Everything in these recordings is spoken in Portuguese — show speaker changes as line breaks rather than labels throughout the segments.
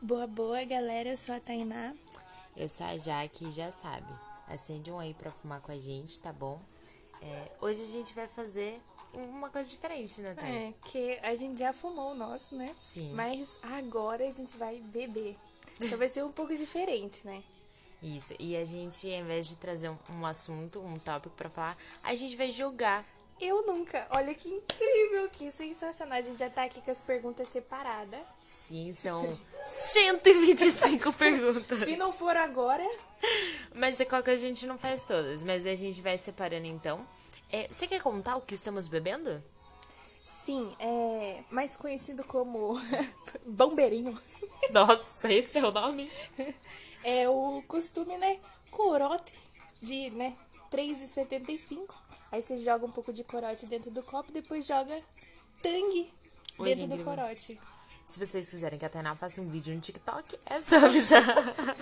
Boa, boa, galera. Eu sou a Tainá.
Eu sou a Jaque e já sabe, acende um aí pra fumar com a gente, tá bom? É, hoje a gente vai fazer uma coisa diferente, né, Thay?
É, que a gente já fumou o nosso, né?
Sim.
Mas agora a gente vai beber. Então vai ser um pouco diferente, né?
Isso, e a gente, ao invés de trazer um, um assunto, um tópico pra falar, a gente vai jogar.
Eu nunca. Olha que incrível, que sensacional. A gente já tá aqui com as perguntas separadas.
Sim, são 125 perguntas.
Se não for agora,
Mas é qualquer coisa a gente não faz todas, mas a gente vai separando então. É, você quer contar o que estamos bebendo?
sim, é mais conhecido como bombeirinho.
Nossa, esse é o nome?
É o costume, né? Corote de, né? 3,75. Aí você joga um pouco de corote dentro do copo, depois joga tangue
Oi,
dentro
gente,
do corote.
Se vocês quiserem que a Tainá faça um vídeo no TikTok, é só avisar.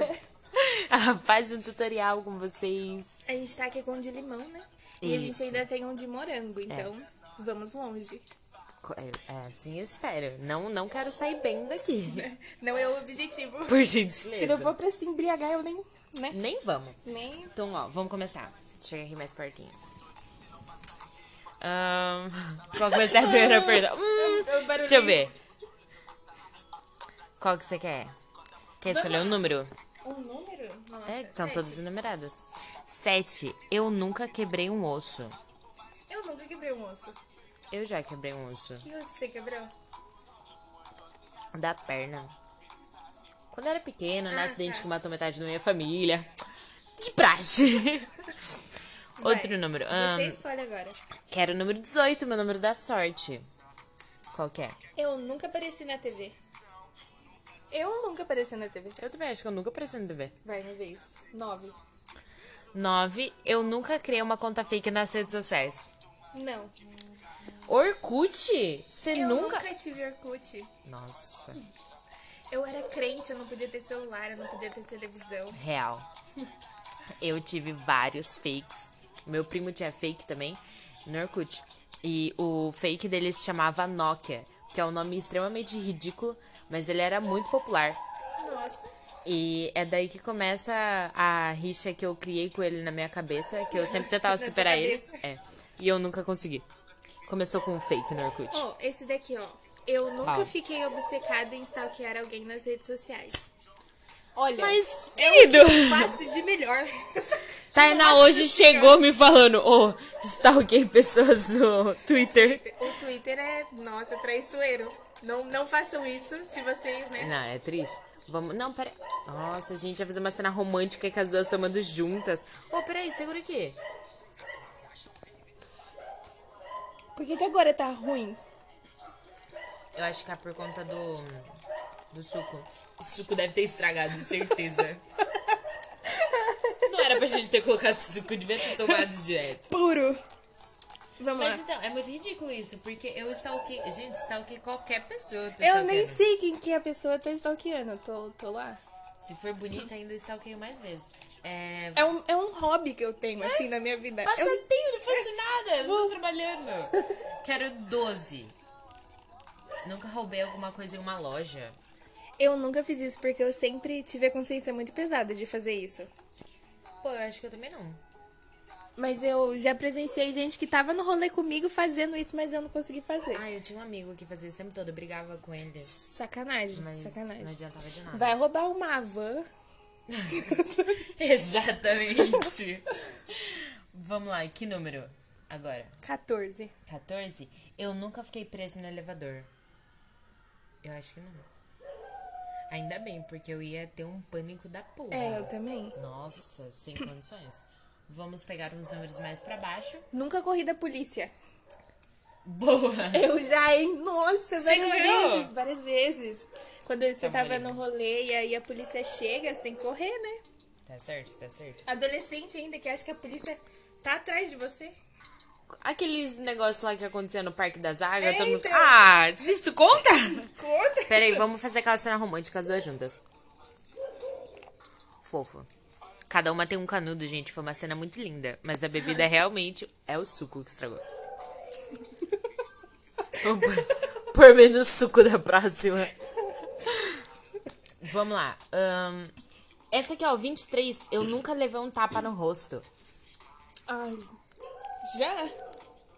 Ela faz um tutorial com vocês.
A gente tá aqui com um de limão, né? E a gente
Isso. É.
ainda tem um de morango, então vamos longe.
Co- é- É, assim espero. Não, não quero sair bem daqui.
Não é o objetivo.
Por gentileza.
Se não for pra se embriagar, eu nem. né?
Nem vamos.
Nem.
Então, ó, vamos começar. Chega aqui mais pertinho. Ahn, qual que vai ser a primeira pergunta? Hum,
É um barulhinho.
deixa eu ver. Qual que você quer? Quer escolher um número?
Um número? Nossa.
É, estão
sete.
todas enumeradas. Sete. Eu nunca quebrei um osso.
Eu nunca quebrei um osso.
Eu já quebrei um osso.
Que osso você quebrou?
Da perna. Quando eu era pequena, no
Ah,
acidente
tá.
que matou metade da minha família. De praxe.
Vai.
Outro número. Ah, Ahn,
Você escolhe agora.
Quero o número 18, meu número da sorte. Qual que é?
Eu nunca apareci na TV. Eu nunca apareci na TV.
Eu também acho que eu nunca apareci no TV.
Vai, minha vez. Nove.
9. Eu nunca criei uma conta fake nas redes sociais.
Não.
Orkut? Você
Eu
nunca...
nunca... tive Orkut.
Nossa,
Eu era crente, eu não podia ter celular, eu não podia ter televisão.
real. Eu tive vários fakes. Meu primo tinha fake também no Orkut. E o fake dele se chamava Nokia, que é um nome extremamente ridículo, mas ele era muito popular.
Nossa.
E é daí que começa a rixa que eu criei com ele na minha cabeça, que eu sempre tentava
Na sua
superar ele.
cabeça.
É. E eu nunca consegui. Começou com um fake no Orkut.
Ó, esse daqui, ó. Eu nunca
Qual?
fiquei obcecada em stalkear alguém nas redes sociais. Olha,
Mas,
eu
querido,
faço de melhor.
Tainá
Nossa
hoje
Senhora.
chegou me falando, ô, stalkei pessoas no Twitter.
O Twitter é, nossa, traiçoeiro. Não, não façam isso se vocês, né?
Não, é triste. Vamos. Não, pera. Nossa, a gente vai fazer uma cena romântica com as duas tomando juntas. Ô, peraí, segura aqui.
Por que, que agora tá ruim?
Eu acho que é por conta do. do suco. O suco deve ter estragado, certeza. Não era pra gente ter colocado suco, devia ter tomado direto.
Puro. Vamos
Mas
lá.
então, é muito ridículo isso, porque eu stalkei. Gente, stalkei qualquer pessoa. tô
Eu nem
stalkeando.
sei quem que é a pessoa tá stalkeando. Eu Tô, tô lá.
Se for bonita, ainda stalkeio mais vezes. É.
É um, é um hobby que eu tenho, assim, na minha vida. Eu-
Passatempo, não faço nada, eu tô trabalhando. Quero 12. Nunca roubei alguma coisa em uma loja.
Eu nunca fiz isso porque eu sempre tive a consciência muito pesada de fazer isso.
Pô, eu acho que eu também não.
Mas eu já presenciei gente que tava no rolê comigo fazendo isso, mas eu não consegui fazer.
Ah, eu tinha um amigo que fazia isso o tempo todo, eu brigava com ele.
Sacanagem,
Mas não
sacanagem.
adiantava de nada.
Vai roubar uma van.
Exatamente. Vamos lá, que número? Agora,
14.
14. Eu nunca fiquei preso no elevador. Eu acho que não. Ainda bem, porque eu ia ter um pânico da porra.
É, eu também.
Nossa, sem condições. Vamos pegar uns números mais pra baixo.
Nunca corri da polícia.
Boa!
Eu já, hein? Nossa, várias
Segurou?
vezes, várias vezes. Quando você
Tá
tava
bom,
no rolê e aí a polícia chega, você tem que correr, né?
Tá certo, tá certo.
Adolescente ainda que acha que a polícia tá atrás de você.
Aqueles negócios lá que acontecia no Parque das Águias,
É,
todo mundo...
então.
Ah, isso conta?
Conta!
Peraí, vamos fazer aquela cena romântica, as duas juntas. Fofo. Cada uma tem um canudo, gente. Foi uma cena muito linda. Mas a bebida realmente é o suco que estragou. Por menos suco da próxima. Vamos lá. Ahn, essa aqui, ó, 23. Eu nunca levei um tapa no rosto.
Ai. Já?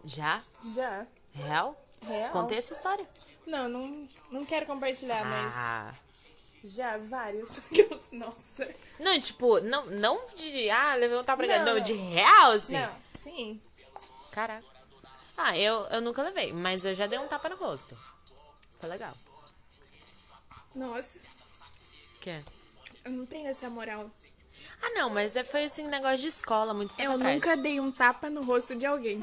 Já?
Já.
Real?
Real.
Contei essa história.
Não, não, não quero compartilhar, mas
Ah.
já vários. Nossa.
Não, tipo, não, não de. Ah, levei um tapa na
Não,
cara. Não,
não.
de real, assim.
Não, sim.
Caraca. Ah, eu, eu nunca levei, mas eu já dei um tapa no rosto. Foi legal.
Nossa,
O quê?
eu não tenho essa moral.
Ah, não, mas é- foi assim, negócio de escola, muito tempo
Eu
atrás.
nunca dei um tapa no rosto de alguém.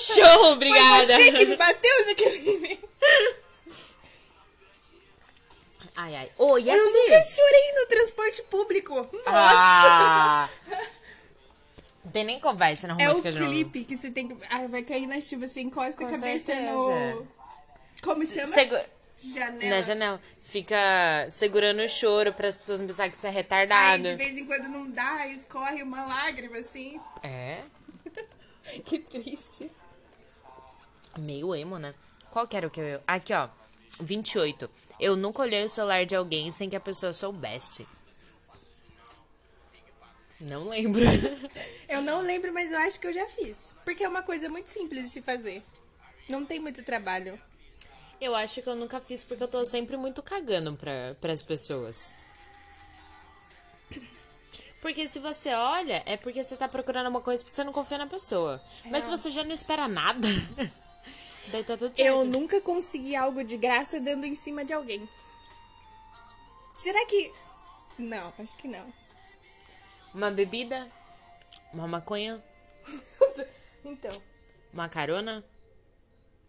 Show, obrigada.
Foi você que me bateu, Jaqueline.
Ai, ai. Ô, e é
Eu
essa
nunca
aqui?
chorei no transporte público. Nossa.
Ah. Não tem nem conversa na
É o
romântica de novo.
clipe que você tem que. Ah, vai cair na chuva, você encosta a
Com
cabeça
certeza.
no. Como chama?
Segu-
Janela.
Na janela. Fica segurando o choro para as pessoas não pensarem que você é
Aí,
retardado.
de vez em quando não dá, escorre uma lágrima assim.
É.
Que triste.
Meio emo, né? Qual que era o que eu. Aqui, ó. 28. Eu nunca olhei o celular de alguém sem que a pessoa soubesse. Não lembro.
Eu não lembro, mas eu acho que eu já fiz. Porque é uma coisa muito simples de se fazer. Não tem muito trabalho.
eu acho que eu nunca fiz porque eu tô sempre muito cagando pra, pras pessoas. Porque se você olha, é porque você tá procurando uma coisa porque você não confia na pessoa. Mas se você já não espera nada, daí tá tudo certo.
Eu nunca consegui algo de graça dando em cima de alguém. Será que. Não, acho que não.
Uma bebida, uma maconha,
então,
uma carona.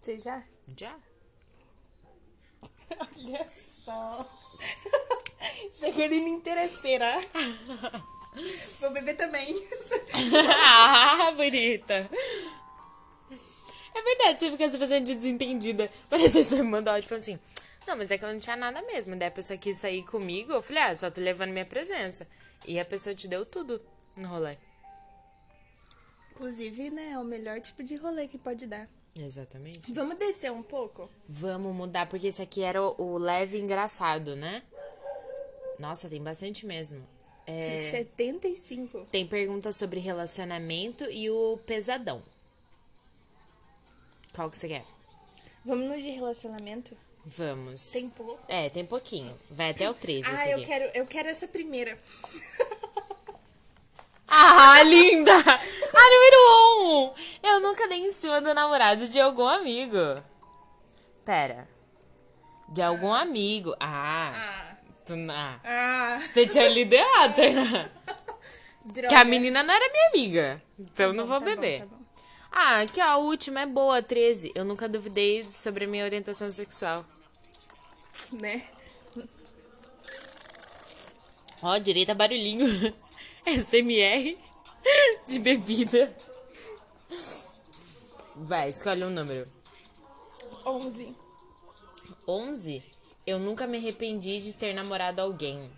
você já?
Já.
Olha só. Jaqueline interesseira. Vou beber também.
ah, bonita. É verdade, você fica se fazendo de desentendida. Parece que você me mandou áudio falou assim: Não, mas é que eu não tinha nada mesmo. Daí a pessoa quis sair comigo, eu falei: Ah, só tô levando minha presença. E a pessoa te deu tudo no rolê.
Inclusive, né, é o melhor tipo de rolê que pode dar.
Exatamente.
Vamos descer um pouco?
Vamos mudar, porque esse aqui era o, o leve engraçado, né? Nossa, tem bastante mesmo. É,
De 75.
tem perguntas sobre relacionamento e o pesadão. Qual que você quer?
Vamos no de relacionamento?
Vamos.
Tem pouco.
É, tem pouquinho. Vai até o 13 esse
Ah,
aqui.
eu quero, eu quero essa primeira.
Ah, linda! A número 1! Eu nunca dei em cima do namorado de algum amigo. Pera. De algum amigo. Ah,
Ah,
tu- ah.
ah.
Você tinha lido errado, Tainá.
Droga.
Que a menina não era minha amiga. Então não
Bom,
vou
tá
beber.
bom, tá bom.
Ah, aqui ó, a última é boa, 13. Eu nunca duvidei sobre a minha orientação sexual.
Né?
Ó, direito a barulhinho. SMR de bebida. Vai, escolhe um número.
11.
11. Eu nunca me arrependi de ter namorado alguém.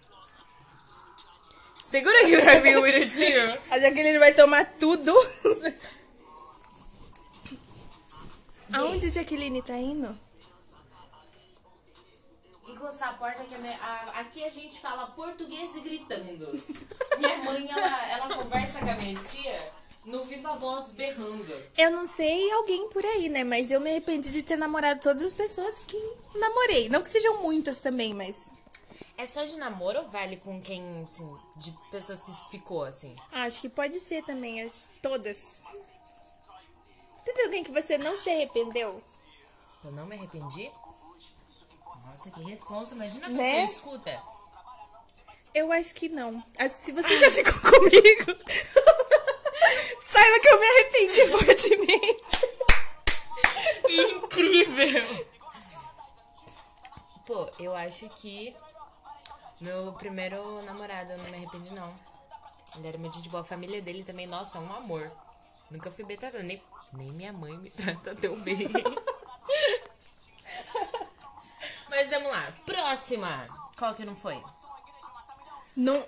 Segura aqui pra mim um minutinho.
A Jaqueline é vai tomar tudo. Aonde a Jaqueline tá indo?
Encostar a porta que a minha- a- aqui a gente fala português e gritando. Minha mãe, ela, ela conversa com a minha tia no viva voz berrando.
Eu não sei alguém por aí, né? Mas eu me arrependi de ter namorado todas as pessoas que namorei. Não que sejam muitas também, mas.
É só de namoro ou vale com quem, assim, de pessoas que ficou assim?
Ah, Acho que pode ser também, as todas. Teve alguém que você não se arrependeu?
Eu não me arrependi? Nossa, que responsa. Imagina a
Né?
pessoa escuta.
Eu acho que não. Ah, Se você já ficou comigo, saiba que eu me arrependi fortemente.
Incrível! Pô, eu acho que meu primeiro namorado, eu não me arrependi não. Ele era muito gente boa. A família dele também, nossa, um amor. Nunca fui bem tratada. Nem, nem minha mãe me trata tão bem. Mas vamos lá. Próxima. Qual que não foi?
Não,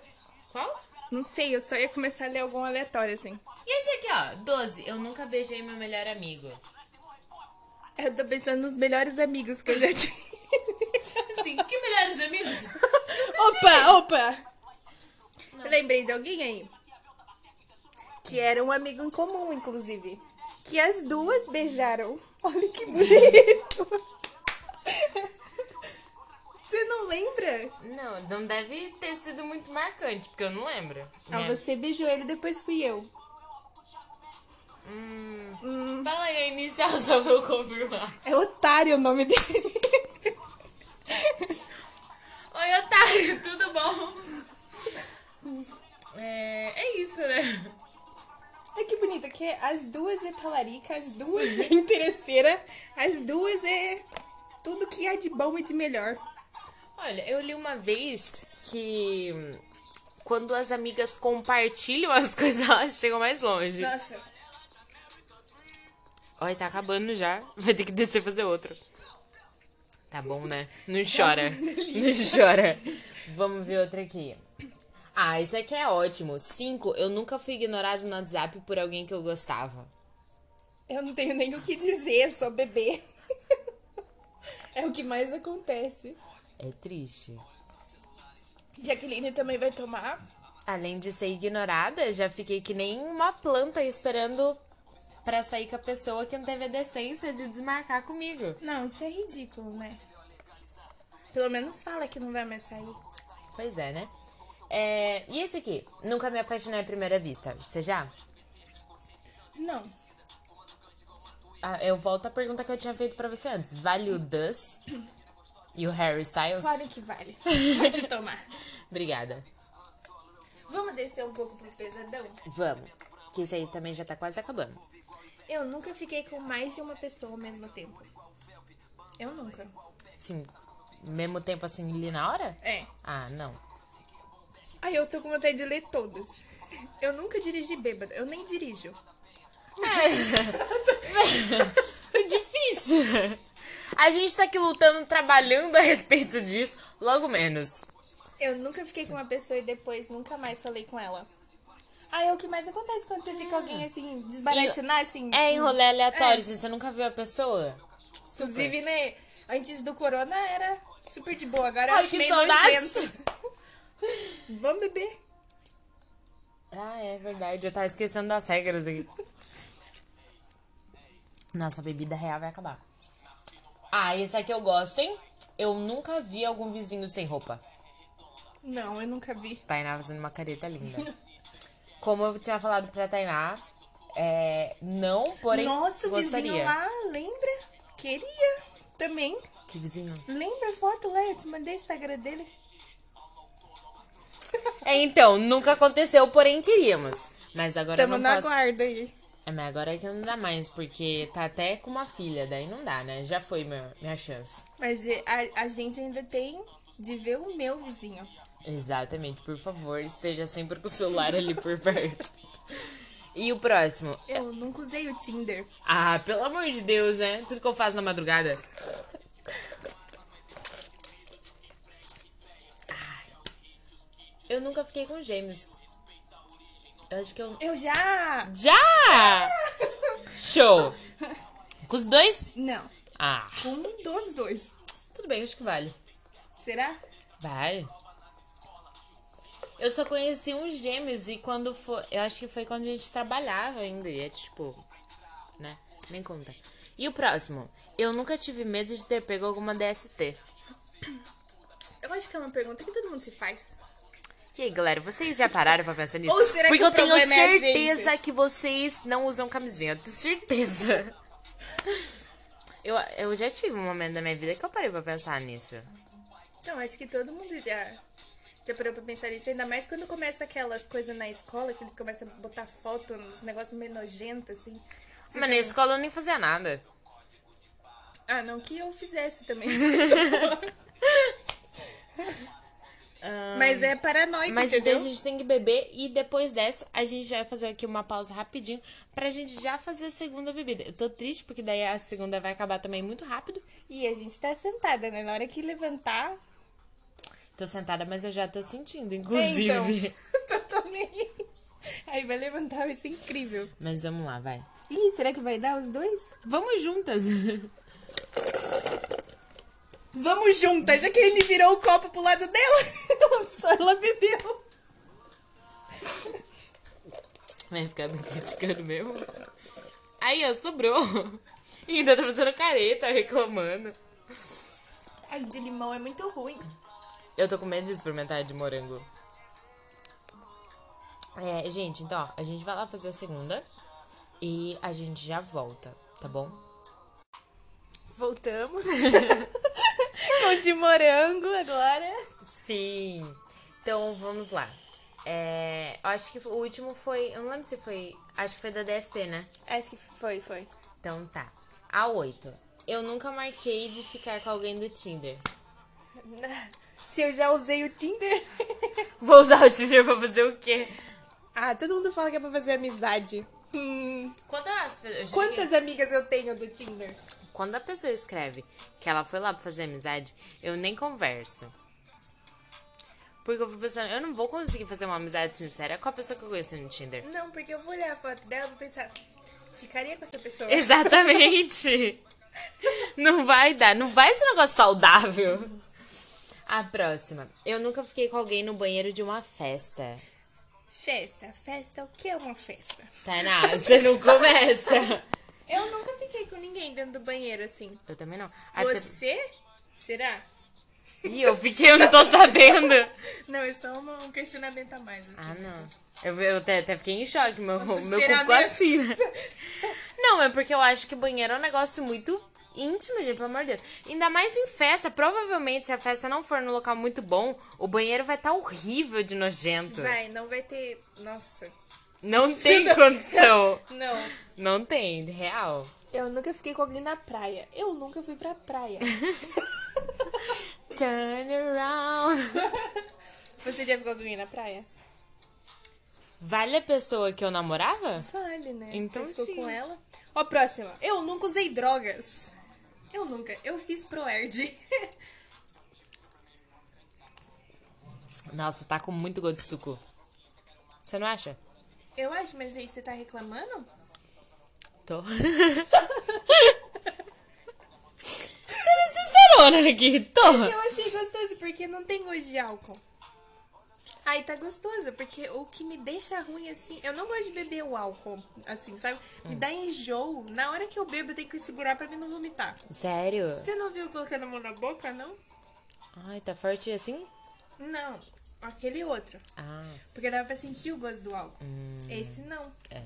Qual?
não sei, eu só ia começar a ler algum aleatório assim.
E esse aqui, ó. 12. Eu nunca beijei meu melhor amigo.
Eu tô pensando nos melhores amigos que eu já tive.
melhores amigos.
Opa, opa! Lembrei de alguém aí. Que era um amigo em comum, inclusive. Que as duas beijaram. Olha que bonito! Você não lembra?
Não, não deve ter sido muito marcante, porque eu não lembro.
Ah,
Né?
você beijou ele, depois fui eu.
Hum,
Hum.
Fala aí a inicial só pra eu confirmar.
É otário o nome dele.
Oi, otário, tudo bom? É, é isso, né?
Olha que bonito, que as duas é talarica, as duas é interesseira, as duas é tudo que há de bom e de melhor.
Olha, eu li uma vez que hum, quando as amigas compartilham as coisas, elas chegam mais longe.
Nossa,
Olha, tá acabando já. Vai ter que descer e fazer outro. Tá bom, né? Não chora. Não chora. Vamos ver outra aqui. Ah, isso aqui é ótimo. Cinco, eu nunca fui ignorado no WhatsApp por alguém que eu gostava.
eu não tenho nem o que dizer, só bebê. É o que mais acontece.
É triste.
Jaqueline também vai tomar.
Além de ser ignorada, já fiquei que nem uma planta esperando pra sair com a pessoa que não teve a decência de desmarcar comigo.
Não, isso é ridículo, né? Pelo menos fala que não vai mais sair.
Pois é, né? É, E esse aqui? Nunca me apaixonei à primeira vista. Você já?
Não.
Ah, eu volto à pergunta que eu tinha feito pra você antes. Vale o Dus e o Harry Styles?
Claro que vale. Pode tomar.
Obrigada.
Vamos descer um pouco pro pesadão?
Vamos. Que esse aí também já tá quase acabando.
Eu nunca fiquei com mais de uma pessoa ao mesmo tempo. Eu nunca.
Assim, mesmo tempo assim ali na hora?
É.
Ah, não.
Ai, eu tô com vontade de ler todas. Eu nunca dirigi bêbada. Eu nem dirijo.
É difícil. A gente tá aqui lutando, trabalhando a respeito disso, logo menos.
Eu nunca fiquei com uma pessoa e depois nunca mais falei com ela. Ah, é o que mais acontece quando você fica com alguém assim, desbaratinar, assim.
É em rolê aleatório, assim, você nunca viu a pessoa.
Inclusive, né? Antes do corona era super de boa. Agora eu
Ai,
acho
que
meio
saudades.
nojento. Vamos beber.
Ah, é verdade. Eu tava esquecendo das regras aqui. Nossa, a bebida real vai acabar. Ah, esse aqui eu gosto, hein? Eu nunca vi algum vizinho sem roupa.
Não, eu nunca vi.
Tainá fazendo uma careta linda. Como eu tinha falado pra Tainá, é, não, porém
Nossa, o
gostaria.
vizinho lá, lembra? Queria também.
Que vizinho?
Lembra a foto lá? Eu te mandei o Instagram dele.
É, então, nunca aconteceu, porém queríamos. Mas agora
Tamo
eu não
na
posso...
guarda aí.
É, mas agora é que não dá mais, porque tá até com uma filha, daí não dá, né? Já foi minha, minha chance.
Mas e- a, a gente ainda tem de ver o meu vizinho.
Exatamente, por favor, esteja sempre com o celular ali por perto. E o próximo?
Eu nunca usei o Tinder.
Ah, pelo amor de Deus, né? Tudo que eu faço na madrugada. Ai. Eu nunca fiquei com gêmeos. Eu acho que eu.
Eu já.
Já! Show! Com os dois?
Não.
Ah,
Um dos dois.
tudo bem, acho que vale.
Será?
Vai. Eu só conheci um gêmeos e quando foi. Eu acho que foi quando a gente trabalhava ainda. E é tipo. Né? Nem conta. E o próximo? Eu nunca tive medo de ter pego alguma DST.
Eu acho que é uma pergunta que todo mundo se faz.
E aí, galera, vocês já pararam pra pensar nisso?
Ou será que
Porque
o
eu tenho
problema é a
certeza que vocês não usam camisinha. eu tenho certeza. Eu, eu já tive um momento da minha vida que eu parei pra pensar nisso.
Então, acho que todo mundo já. Já parou pra pensar nisso, ainda mais quando começa aquelas coisas na escola, que eles começam a botar foto nos negócios meio nojentos, assim. Você
Mas na
fica-
escola eu nem fazia nada.
Ah, não que eu fizesse também. Mas é paranoico,
Mas
entendeu?
então a gente tem que beber e depois dessa a gente já vai fazer aqui uma pausa rapidinho pra gente já fazer a segunda bebida. Eu tô triste porque daí a segunda vai acabar também muito rápido.
E a gente tá sentada, né? Na hora que levantar.
Tô sentada, mas eu já tô sentindo, inclusive.
é, Então, também. Aí vai levantar, vai ser incrível.
Mas vamos lá, vai.
Ih, será que vai dar os dois?
Vamos juntas.
Vamos juntas, já que ele virou o copo pro lado dela. Só ela bebeu.
Vai ficar me criticando mesmo. Aí, ó, sobrou. E ainda tá fazendo careta, reclamando.
Ai, de limão é muito ruim.
Eu tô com medo de experimentar de morango. É, gente, então, ó, a gente vai lá fazer a segunda e a gente já volta, tá bom?
Voltamos. Com de morango agora.
Sim. Então, vamos lá. É, eu acho que o último foi, eu não lembro se foi, acho que foi da DSP, né?
Acho que foi, foi.
Então tá. A 8. Eu nunca marquei de ficar com alguém do Tinder.
Se eu já usei o Tinder.
Vou usar o Tinder pra fazer o quê?
ah, todo mundo fala que é pra fazer amizade. Hum,
Quantas, eu já
Quantas amigas eu tenho do Tinder?
Quando a pessoa escreve que ela foi lá pra fazer amizade, eu nem converso. Porque eu fico pensando, eu não vou conseguir fazer uma amizade sincera com a pessoa que eu conheci no Tinder.
Não, porque eu vou olhar a foto dela e vou pensar, ficaria com essa pessoa?
Exatamente! não vai dar, não vai esse negócio saudável. A próxima. Eu nunca fiquei com alguém no banheiro de uma festa.
Festa, festa, o que é uma festa?
Tainá, Tá, você não começa.
Eu nunca fiquei com ninguém dentro do banheiro assim.
Eu também não. Até-
Você? Será?
Ah, tá Ih, eu fiquei, um eu não tô sabendo.
Não, é só uma- um questionamento a mais, assim.
Ah, não. Eu, eu até, até fiquei em choque, meu,
Nossa,
meu cu
será
ficou
mesmo?
assim, né? Não, é porque eu acho que banheiro é um negócio muito íntimo, gente, pelo amor de Deus. Ainda mais em festa, provavelmente se a festa não for num local muito bom, o banheiro vai estar horrível de nojento.
Vai, não vai ter. Nossa.
Não tem condição.
Não.
Não tem, real.
Eu nunca fiquei com alguém na praia. Eu nunca fui pra praia.
Turn around.
Você já ficou com alguém na praia?
Vale a pessoa que eu namorava?
Vale, né?
Então,
Você ficou
sim.
com ela. Ó, próxima. Eu nunca usei drogas. Eu nunca. Eu fiz proerd.
Nossa, tá com muito gosto de suco. Você não acha?
Eu acho, mas aí você tá reclamando?
Tô. Sendo sincerona aqui,
Eu
tô.
achei gostoso porque não tem gosto de álcool. Aí tá gostoso, porque o que me deixa ruim assim, eu não gosto de beber o álcool, assim, sabe? Me
Hum.
dá enjoo. Na hora que eu bebo, eu tenho que segurar pra mim não vomitar.
Sério?
Você não viu eu colocando a mão na boca, não?
Ai, tá forte assim?
Não. Aquele outro.
Ah,
Porque dava pra sentir o gosto do álcool.
Hum.
Esse não.
é.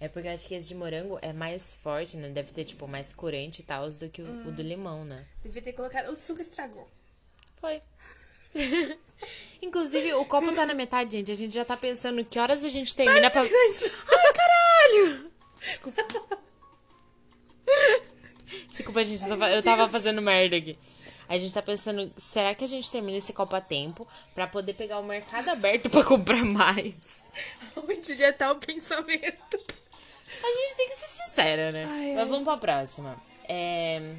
É porque eu acho que esse de morango é mais forte, né? Deve ter, tipo, mais corante e tal do que o, o do limão, né?
Devia ter colocado. O suco estragou.
Foi. Inclusive, o copo tá na metade, gente. A gente já tá pensando que horas a gente termina pra. Ai, caralho! Desculpa. Desculpa, gente, eu tava, eu tava fazendo merda aqui. A gente tá pensando, será que a gente termina esse copo a tempo pra poder pegar o mercado aberto pra comprar mais?
Onde já tá o pensamento?
A gente tem que ser sincera, né?
Ai,
Mas
ai.
vamos pra próxima. É...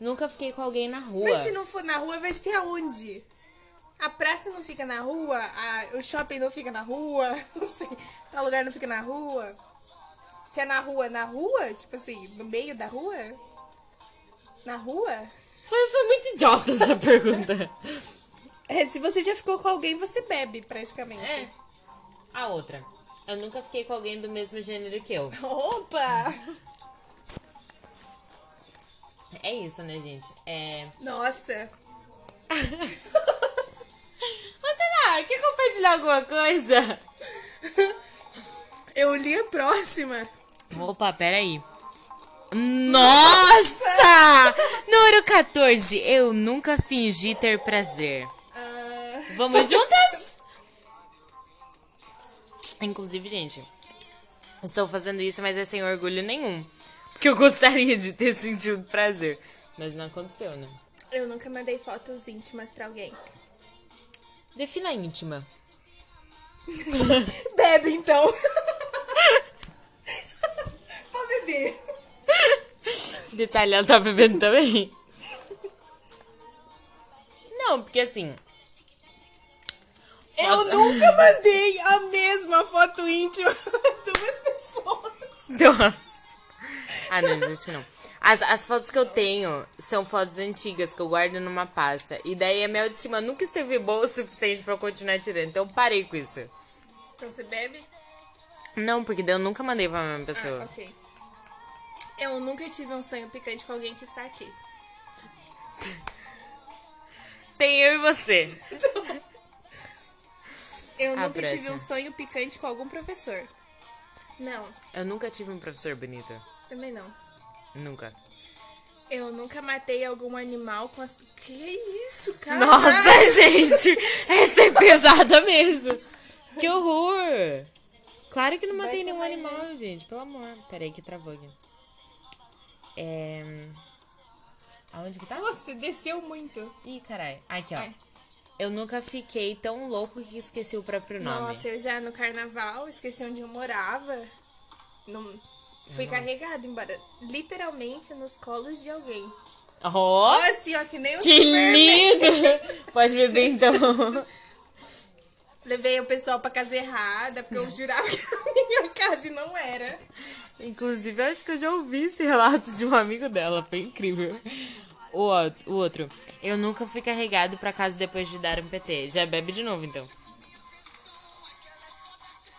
Nunca fiquei com alguém na rua.
Mas se não for na rua, vai ser aonde? A praça não fica na rua, a- o shopping não fica na rua, não sei, tal lugar não fica na rua. Se é na rua, na rua? Tipo assim, no meio da rua? Na rua?
Foi, foi muito idiota essa pergunta.
É, se você já ficou com alguém, você bebe praticamente.
É. A outra. Eu nunca fiquei com alguém do mesmo gênero que eu.
Opa!
É isso, né, gente? É.
Nossa!
Ô, Tainá, quer compartilhar alguma coisa?
Eu li a próxima.
Opa, peraí. Nossa! Número 14. Eu nunca fingi ter prazer.
Ah,
Vamos juntas? Inclusive, gente, estou fazendo isso, mas é sem orgulho nenhum. Porque eu gostaria de ter sentido prazer. Mas não aconteceu, né?
eu nunca mandei fotos íntimas pra alguém.
Defina íntima.
Bebe então! Vou beber!
Detalhe, ela tá bebendo também? Não, porque assim.
Eu nunca mandei a mesma foto íntima de duas pessoas.
Nossa. Ah, não, gente, não. As, as fotos que eu tenho são fotos antigas que eu guardo numa pasta. E daí a minha autoestima nunca esteve boa o suficiente pra eu continuar tirando. Então eu parei com isso.
Então você bebe?
Não, porque daí eu nunca mandei pra mesma pessoa.
Ah, ok. Eu nunca tive um sonho picante com alguém que está aqui.
Tem eu e você.
Eu
A
nunca tive
próxima.
um sonho picante com algum professor. Não,
Eu nunca tive um professor bonito.
também não.
Nunca.
Eu nunca matei algum animal com as. Que isso, cara?
Nossa, gente! Essa é pesada mesmo! Que horror! Claro que não
Vai,
matei nenhum
vai,
animal, gente. Pelo amor. Peraí que travou aqui. É... Aonde que tá?
Nossa, desceu muito.
Ih, caralho. Aqui, ó.
Ai.
Eu nunca fiquei tão louco que esqueci o próprio nome.
Nossa, eu já no carnaval esqueci onde eu morava. Não-
É,
Fui carregada embora. Literalmente nos colos de alguém.
Ó,
Ó, assim, ó, que nem o
que
Superman.
lindo! Pode beber então.
Levei o pessoal pra casa errada, porque eu jurava que era a minha casa e não era.
Inclusive, eu acho que eu já ouvi esse relato de um amigo dela. Foi incrível. O, o- o outro. Eu nunca fui carregado pra casa depois de dar um PT. Já bebe de novo, então.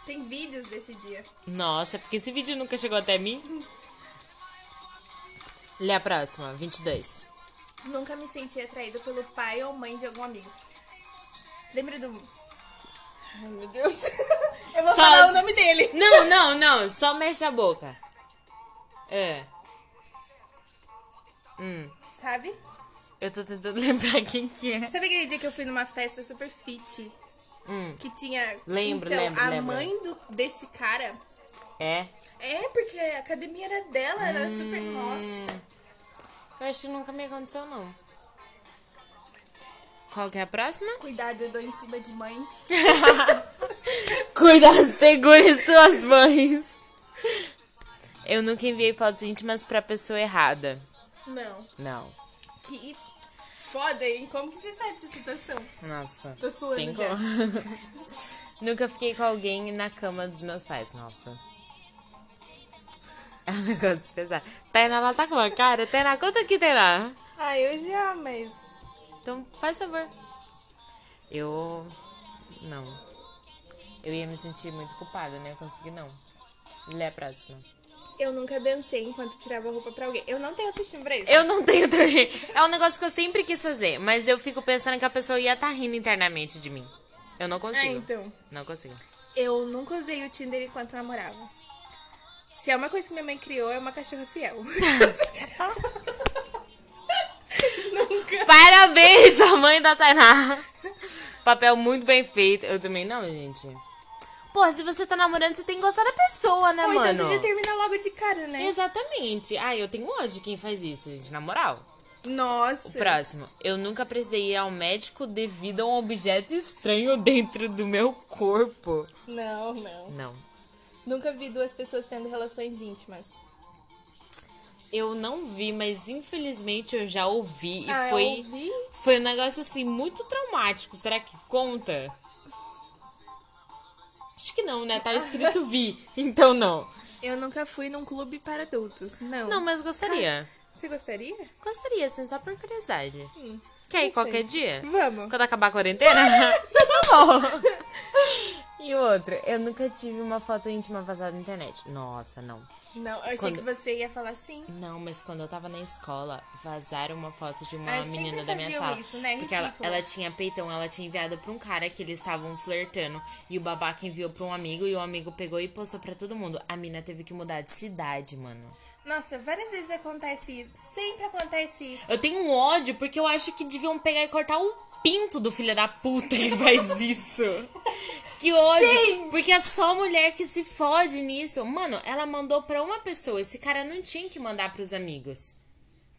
Tem vídeos desse dia.
Nossa, é porque esse vídeo nunca chegou até mim. Lê a próxima, 22.
Nunca me senti atraído pelo pai ou mãe de algum amigo. Lembra do. Ai, meu Deus. Eu vou
Só
falar
as-
o nome dele.
Não, não, não. Só mexe a boca. É.
Sabe?
Eu tô tentando lembrar quem que é.
Sabe aquele dia que eu fui numa festa super fit?
Hum.
Que tinha.
Lembro,
então,
lembro,
A
lembro.
mãe do, desse cara.
É.
É, porque a academia era dela,
Hum.
era super. Nossa.
Eu acho que nunca me aconteceu, não. Qual que é a próxima?
Cuidado, eu dou em cima de mães.
Cuida, segure suas mães. Eu nunca enviei fotos íntimas pra pessoa errada.
Não.
Não.
Que foda, hein? Como que você sai dessa situação?
Nossa.
Tô suando
Tem
já.
como. nunca fiquei com alguém na cama dos meus pais. Nossa. É um negócio pesado. Tainá, ela tá com uma cara. Tainá, conta aqui, Tainá.
Ah, eu já, mas.
Então, faz favor. Eu. Não. Eu ia me sentir muito culpada, né? Eu consegui não. Lê a próxima.
Eu nunca dancei enquanto tirava roupa pra alguém. Eu não tenho autoestima pra isso.
Eu não tenho também. É um negócio que eu sempre quis fazer, mas eu fico pensando que a pessoa ia estar rindo internamente de mim. Eu não
Ah,
consigo.
então.
Não consigo.
Eu nunca usei o Tinder enquanto namorava. Se é uma coisa que minha mãe criou, é uma cachorra fiel.
É,
nunca.
Parabéns, a mãe da Tainá. Papel muito bem feito. Eu também não, gente. Pô, se você tá namorando, você tem que gostar da pessoa, né,
Ou
mano?
então você já termina logo de cara, né?
Exatamente. Ah, eu tenho ódio de quem faz isso, gente, na moral.
Nossa.
Próximo. Eu nunca precisei ir ao médico devido a um objeto estranho dentro do meu corpo.
Não, não.
Não.
Nunca vi duas pessoas tendo relações íntimas.
Eu não vi, mas infelizmente eu já ouvi e
ah,
foi
eu ouvi?
foi um negócio assim muito traumático. Será que conta? Acho que não, né?
Ah.
Tava escrito vi, então não.
Eu nunca fui num clube para adultos. Não.
Não, mas gostaria.
Você gostaria?
Gostaria, assim, só por curiosidade. Quer ir
Hum, não sei.
qualquer dia?
Vamos.
Quando acabar a quarentena? então tá bom. E outra, eu nunca tive uma foto íntima vazada na internet. Nossa, não.
Não, eu achei
Quando-
que você ia falar sim.
Não, mas quando eu tava na escola, vazaram uma foto de uma
Ah, sempre
menina da minha
faziam
sala.
isso, né?
Porque ela,
Ridículo.
ela tinha peitão, ela tinha enviado pra um cara que eles estavam flertando. E o babaca enviou pra um amigo, e o amigo pegou e postou pra todo mundo. A mina teve que mudar de cidade, mano.
Nossa, várias vezes acontece isso. Sempre acontece isso.
Eu tenho um ódio porque eu acho que deviam pegar e cortar o pinto do filho da puta que faz isso. Que ódio! Porque é só mulher que se fode nisso. Mano, ela mandou pra uma pessoa. Esse cara não tinha que mandar pros amigos.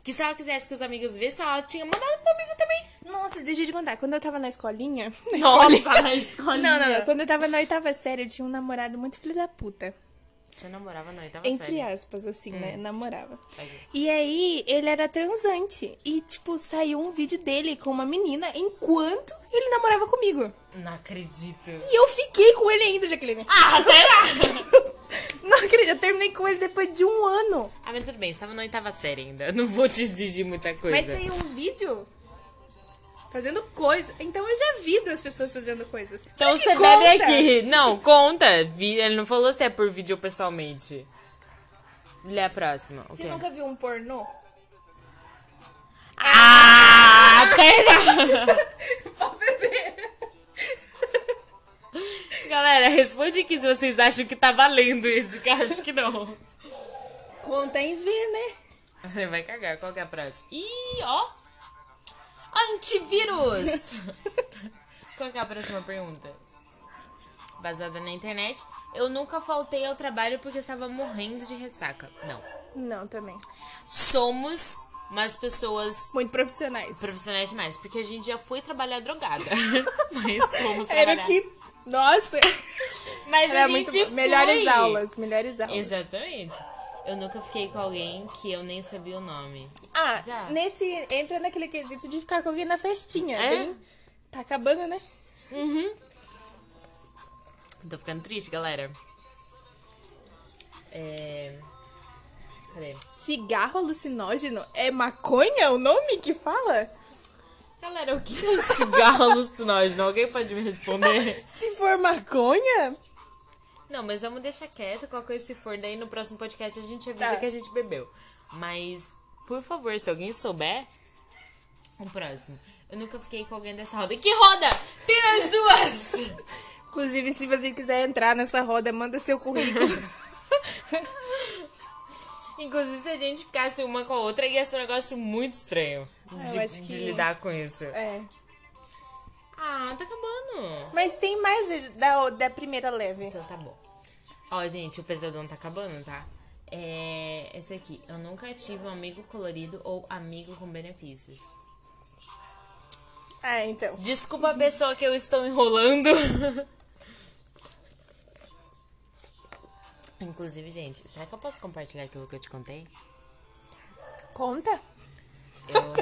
Que se ela quisesse que os amigos vissem, ela tinha mandado pro amigo também.
Nossa, deixa eu te contar. Quando eu tava na escolinha. na
Nossa, na escolinha.
Não, não, não. Quando eu tava na oitava série, eu tinha um namorado muito filho da puta.
Você namorava na oitava
Entre
série?
aspas, assim,
Hum.
né? Namorava.
Segue.
E aí, ele era transante. E, tipo, saiu um vídeo dele com uma menina enquanto ele namorava comigo.
Não acredito.
E eu fiquei com ele ainda, Jaqueline.
Ah, será?
Não acredito, eu terminei com ele depois de um ano.
Ah, mas tudo bem, estava na oitava série ainda. Não vou te exigir muita coisa.
Mas tem um vídeo fazendo coisa. Então eu já vi duas pessoas fazendo coisas.
Então você
me conta.
bebe aqui. Não, conta. Vi- Ele não falou se é por vídeo ou pessoalmente. Lê a próxima.
Você
ok.
nunca viu um pornô?
Ah, pera!
Ó, bebê.
Galera, responde aqui se vocês acham que tá valendo isso, que eu acho que não.
Conta em ver, né?
Você vai cagar, qual que é a próxima? Ih, ó! Antivírus! qual que é a próxima pergunta? Baseada na internet. Eu nunca faltei ao trabalho porque estava morrendo de ressaca. Não.
Não, também.
Somos umas pessoas
Muito profissionais.
profissionais demais, porque a gente já foi trabalhar drogada. Mas fomos trabalhar.
Era o que. Nossa!
Mas a
Era
gente
muito.
foi.
Melhores aulas, melhores aulas.
Exatamente. Eu nunca fiquei com alguém que eu nem sabia o nome.
Ah,
Já.
nesse. Entra naquele quesito de ficar com alguém na festinha.
É?
bem- Tá acabando, né?
Tô ficando triste, galera. É. Cadê?
Cigarro alucinógeno? É maconha o nome que fala?
Galera, o que é um cigarro alucinógeno? Alguém pode me responder?
Se for maconha?
Não, mas vamos deixar quieto, qualquer coisa se for, daí no próximo podcast a gente avisa
Tá.
que a gente bebeu. Mas, por favor, se alguém souber, o próximo. Eu nunca fiquei com alguém dessa roda. Que roda? Tira as duas!
Inclusive, se você quiser entrar nessa roda, manda seu currículo.
Inclusive, se a gente ficasse uma com a outra, ia ser um negócio muito estranho de,
Ah, eu acho
de
que-
lidar com isso.
é.
Ah, tá acabando.
Mas tem mais da, da primeira leve.
Então tá bom. Ó, gente, o pesadão tá acabando, tá? É. Esse aqui. Eu nunca tive um amigo colorido ou amigo com benefícios.
Ah, então.
Desculpa a pessoa que eu estou enrolando. Inclusive, gente, será que eu posso compartilhar aquilo que eu te contei?
Conta?
Eu.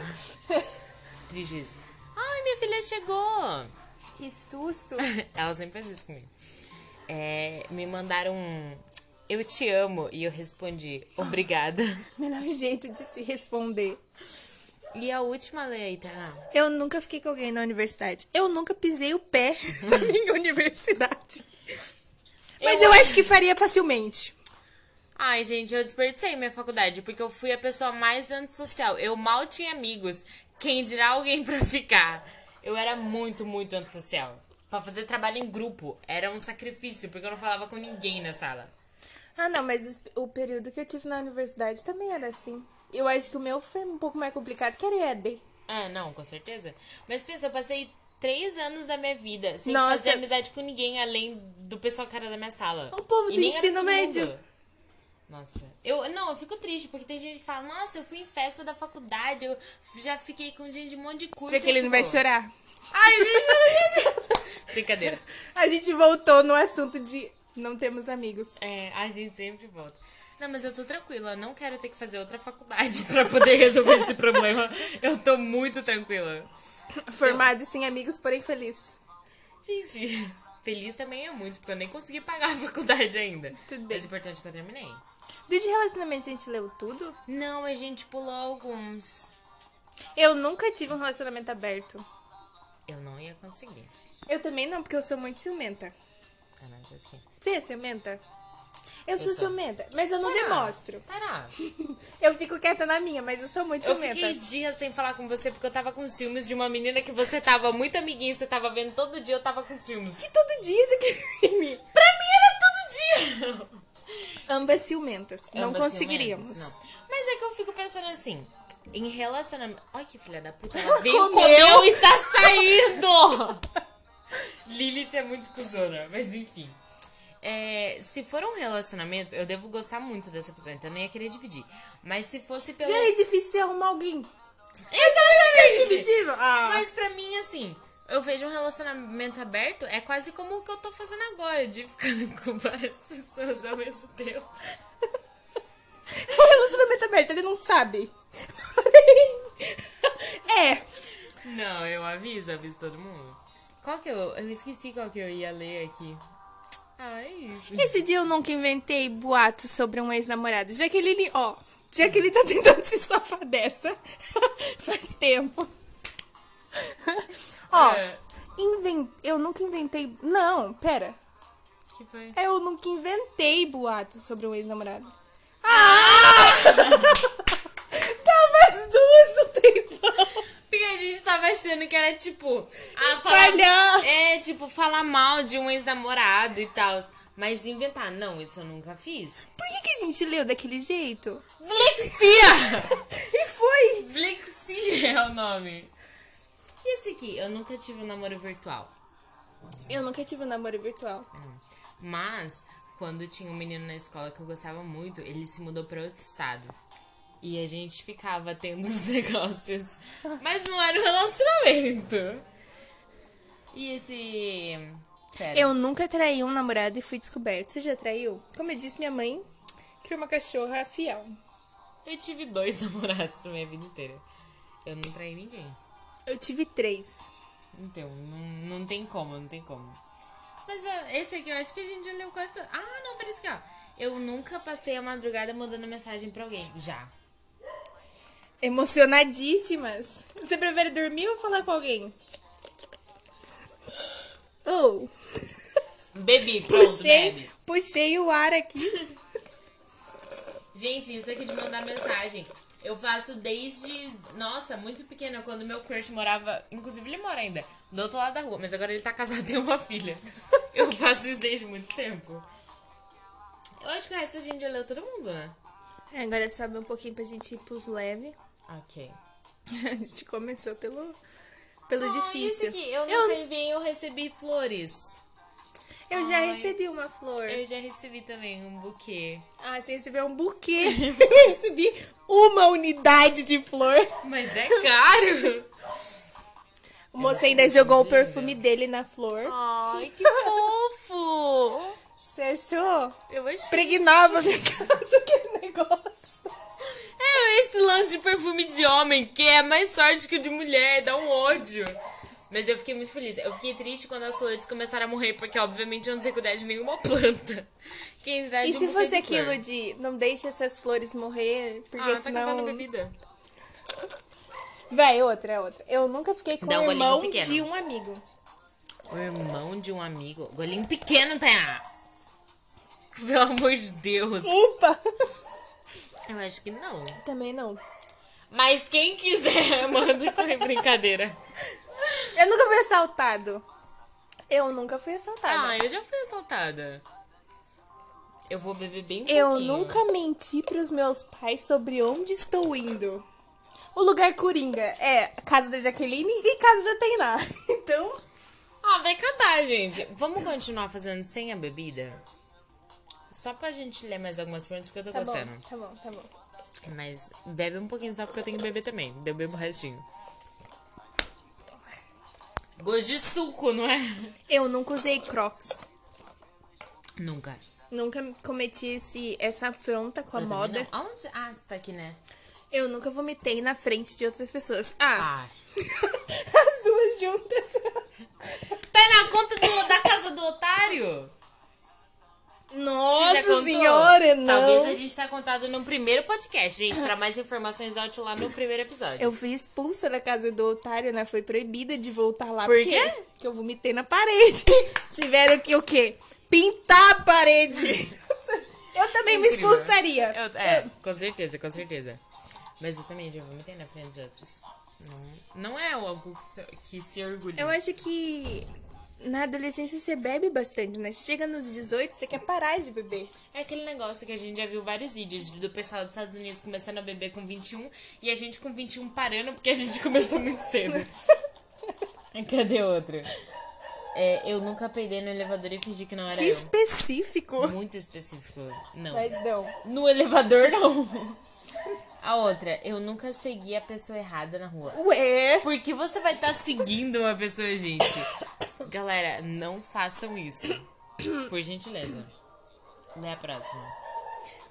Triste isso. Ai, minha filha chegou!
Que susto.
Ela sempre faz isso comigo. É, me mandaram um. Eu te amo. E eu respondi, obrigada.
Melhor jeito de se responder.
E a última lei aí, Tainá?
Eu nunca fiquei com alguém na universidade. Eu nunca pisei o pé na minha universidade. Mas eu, acho que faria facilmente.
Ai, gente, eu desperdicei minha faculdade, porque eu fui a pessoa mais antissocial. Eu mal tinha amigos. Quem dirá alguém pra ficar? Eu era muito, muito antissocial. Pra fazer trabalho em grupo era um sacrifício, porque eu não falava com ninguém na sala.
Ah, não, mas os- o período que eu tive na universidade também era assim. Eu acho que o meu foi um pouco mais complicado, que era ED.
Ah, não, com certeza. Mas pensa, eu passei três anos da minha vida sem
Nossa.
fazer amizade com ninguém além do pessoal que era da minha sala.
O povo do
nem era
ensino
todo
médio.
mundo. Nossa, eu não, eu fico triste porque tem gente que fala: Nossa, eu fui em festa da faculdade, eu já fiquei com gente de um monte de curso.
Vê que ele não vai
Pô.
chorar.
Ai, gente, brincadeira.
A gente voltou no assunto de não temos amigos.
É, a gente sempre volta. Não, mas eu tô tranquila, não quero ter que fazer outra faculdade pra poder resolver esse problema. Eu tô muito tranquila.
Formado e sem amigos, porém feliz.
Gente, feliz também é muito, porque eu nem consegui pagar a faculdade ainda.
Tudo bem.
Mas o importante é que eu terminei.
Do de relacionamento a gente leu tudo?
Não, a gente pulou alguns.
Eu nunca tive um relacionamento aberto.
Eu não ia conseguir.
Eu também não, porque eu sou muito ciumenta.
Eu não ia conseguir.
Você é ciumenta? Eu sou
sou.
ciumenta, mas eu não demonstro.
Tará,
Eu fico quieta na minha, mas eu sou muito
eu
ciumenta.
fiquei dias sem falar com você porque eu tava com ciúmes de uma menina que você tava muito amiguinha, você tava vendo todo dia, eu tava com ciúmes.
E todo dia isso aqui em mim.
Pra mim era todo dia!
Ambas ciumentas. não
Ambas
conseguiríamos.
ciumentas, não. Mas é que eu fico pensando assim, em relacionamento. Ai, que filha da puta, ela veio, comeu,
Comeu.
e tá saindo! Lilith é muito cuzona, mas enfim. É, se for um relacionamento, eu devo gostar muito dessa pessoa, então eu não ia querer dividir. Mas se fosse pelo.
Já é difícil você arrumar alguém.
Exatamente!
Ah.
Mas pra mim, assim, eu vejo um relacionamento aberto, é quase como o que eu tô fazendo agora, de ficando com várias pessoas ao mesmo tempo.
O relacionamento é aberto, ele não sabe. é.
Não, eu aviso, aviso todo mundo. Qual que eu. Eu esqueci qual que eu ia ler aqui. Ah, é isso.
Esse dia eu nunca inventei boato sobre um ex-namorado. Jaqueline, ó. Jaqueline tá tentando se safar dessa. Faz tempo. ó,
É.
inven- eu nunca inventei. Não, pera.
Que foi?
Eu nunca inventei boato sobre um ex-namorado. Ah! Tava as duas no tempão.
Porque a gente tava achando que era tipo. ah,
Espalhar.
falar- é, tipo, falar mal de um ex-namorado e tal. Mas inventar, não, isso eu nunca fiz.
Por que, que a gente leu daquele jeito?
Dislexia!
E foi!
Dislexia é o nome. E esse aqui? Eu nunca tive um namoro virtual.
Eu nunca tive um namoro virtual.
Mas, quando tinha um menino na escola que eu gostava muito, ele se mudou pra outro estado. E a gente ficava tendo os negócios. Mas não era um relacionamento. E esse. Pera.
Eu nunca traí um namorado e fui descoberto. Você já traiu? Como eu disse, minha mãe criou uma cachorra fiel.
Eu tive dois namorados na minha vida inteira. Eu não traí ninguém.
Eu tive três.
Então, não, não tem como, não tem como. Mas ó, esse aqui eu acho que a gente já leu quase. todo. Ah, não, parece que ó. Eu nunca passei a madrugada mandando mensagem pra alguém. Já.
Emocionadíssimas. Você prefere dormir ou falar com alguém? Oh,
Bebi, pronto,
puxei,
bebe.
puxei o ar aqui.
Gente, isso aqui de mandar mensagem. Eu faço desde, nossa, muito pequena, quando meu crush morava, inclusive ele mora ainda, do outro lado da rua, mas agora ele tá casado e tem uma filha. Eu faço isso desde muito tempo. Eu acho que o resto a gente já leu todo mundo, né?
Agora sobe um pouquinho pra gente ir pros leve.
Ok.
A gente começou pelo, pelo
Ah, Isso
difícil.
aqui, eu
Eu-
não enviei, eu recebi flores.
Eu já
Ai.
recebi uma flor.
Eu já recebi também um buquê.
Ah, você recebeu um buquê. Eu recebi uma unidade de flor.
Mas é caro!
O moço ainda jogou o perfume dele na flor.
Ai, que fofo!
Você achou?
Eu achei.
Pregnava minha casa aquele negócio.
É esse lance de perfume de homem, que é mais sorte que o de mulher, dá um ódio. Mas eu fiquei muito feliz. Eu fiquei triste quando as flores começaram a morrer, porque obviamente eu não sei cuidar de nenhuma planta. Quem sabe
E
de um
se
buquê
fosse
de flor?
aquilo de não deixe essas flores morrer, porque
Ah, tá acabando
senão.
a bebida.
Vai, é outra, outra. Eu nunca fiquei com
Dá um
o
golinho
irmão
pequeno.
de um amigo.
O irmão de um amigo. Golinho pequeno, Tainá. Pelo amor de Deus.
Upa!
Eu acho que não.
Também não.
Mas quem quiser, manda correr brincadeira.
Eu nunca fui assaltado. Eu nunca fui assaltada.
Ah, eu já fui assaltada. Eu vou beber bem pouquinho.
Eu nunca menti pros meus pais sobre onde estou indo. O lugar Coringa é a casa da Jaqueline e casa da Tainá. Então,
Ah, vai acabar, gente. Vamos continuar fazendo sem a bebida? Só pra gente ler mais algumas perguntas, porque eu tô
tá
gostando.
bom, tá bom, tá bom.
Mas bebe um pouquinho só porque eu tenho que beber também. Daí Eu bebo o restinho. Gosto de suco, não é?
Eu nunca usei crocs.
Nunca.
Nunca cometi esse, essa afronta com a
Eu também
moda.
não. Aonde? Ah, você tá aqui, né?
Eu nunca vomitei na frente de outras pessoas. Ah,
Ah.
as duas juntas.
Tá na conta do- da casa do otário? Você já
Nossa
contou?
senhora, não.
Talvez a gente tá contado no primeiro podcast, gente. Pra mais informações, volte lá no primeiro episódio.
Eu fui expulsa da casa do otário, né? Foi proibida de voltar lá.
Por
porque-
quê?
Porque eu vomitei na parede. Tiveram que o quê? Pintar a parede. Eu também me
É Incrível.
expulsaria.
Eu- é, com certeza, com certeza. Mas eu também já vomitei na frente dos outros. Não, não é algo que se, que se orgulha.
Eu acho que na adolescência você bebe bastante, né? Chega nos 18, você quer parar de beber.
É aquele negócio que a gente já viu vários vídeos do pessoal dos Estados Unidos começando a beber com 21 e a gente com 21 parando porque a gente começou muito cedo. Cadê outro? É, eu nunca peidei no elevador e fingi que não era
Que
eu.
específico.
Muito específico. Não.
Mas não.
No elevador, não. A outra, eu nunca segui a pessoa errada na rua.
Ué.
Por que você vai estar seguindo uma pessoa, gente? Galera, não façam isso. Por gentileza. Lê a próxima.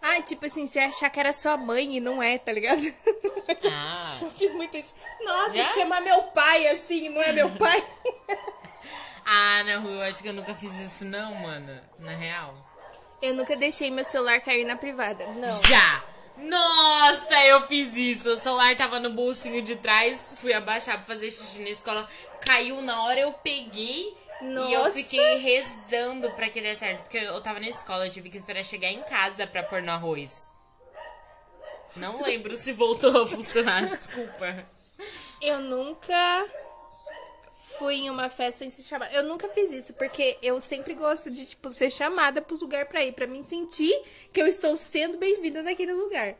Ah, tipo assim, você achar que era sua mãe e não é, tá ligado?
Ah.
Eu fiz muito isso. Nossa,
Já?
chamar meu pai assim, não é meu pai?
Ah, na rua, eu acho que eu nunca fiz isso, não, mano. Na real.
Eu nunca deixei meu celular cair na privada. Não.
Já! Nossa, eu fiz isso. O celular tava no bolsinho de trás, fui abaixar pra fazer xixi na escola, caiu na hora, eu peguei e eu
Nossa.
fiquei rezando pra que dê certo. Porque eu tava na escola, eu tive que esperar chegar em casa pra pôr no arroz. Não lembro se voltou a funcionar, desculpa.
Eu nunca fui em uma festa sem ser chamada. Eu nunca fiz isso, porque eu sempre gosto de, tipo, ser chamada pros lugares pra ir, pra mim sentir que eu estou sendo bem-vinda naquele lugar.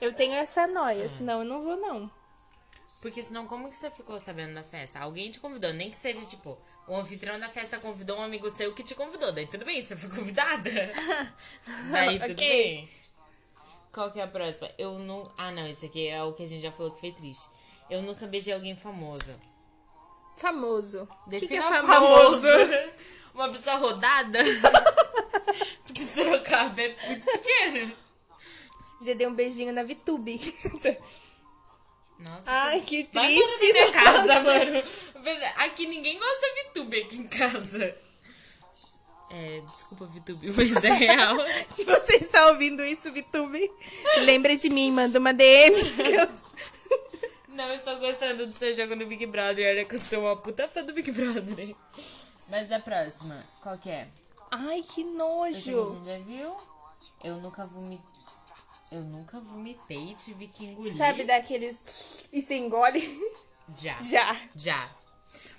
Eu tenho essa noia, senão eu não vou, não.
Porque senão, como que você ficou sabendo da festa? Alguém te convidou, nem que seja tipo, o anfitrião da festa convidou um amigo seu que te convidou. Daí tudo bem, você foi convidada. Daí tudo
Ok.
bem. Qual que é a próxima? Eu não. Ah, não, esse aqui é o que a gente já falou que foi triste. Eu nunca beijei alguém famoso.
Famoso. O que, que é
Defina
famoso?
Uma pessoa rodada? Porque Sorocaba é muito pequeno.
Já dei um beijinho na VTube.
Nossa.
Ai, que
Vai morar
triste.
na minha casa,
nossa.
mano. Verdade, Aqui ninguém gosta da VTube aqui em casa. É, desculpa, VTube, mas é real.
Se você está ouvindo isso, VTube, lembra de mim, manda uma DM.
Não, eu estou gostando do seu jogo no Big Brother. Olha que eu sou uma puta fã do Big Brother. hein? Mas a próxima, qual que é?
Ai, que
Essa que a
nojo.
gente já viu? Eu nunca vomitei. Eu nunca vomitei, tive que engolir.
Sabe daqueles. E se engole?
Já.
Já.
Já.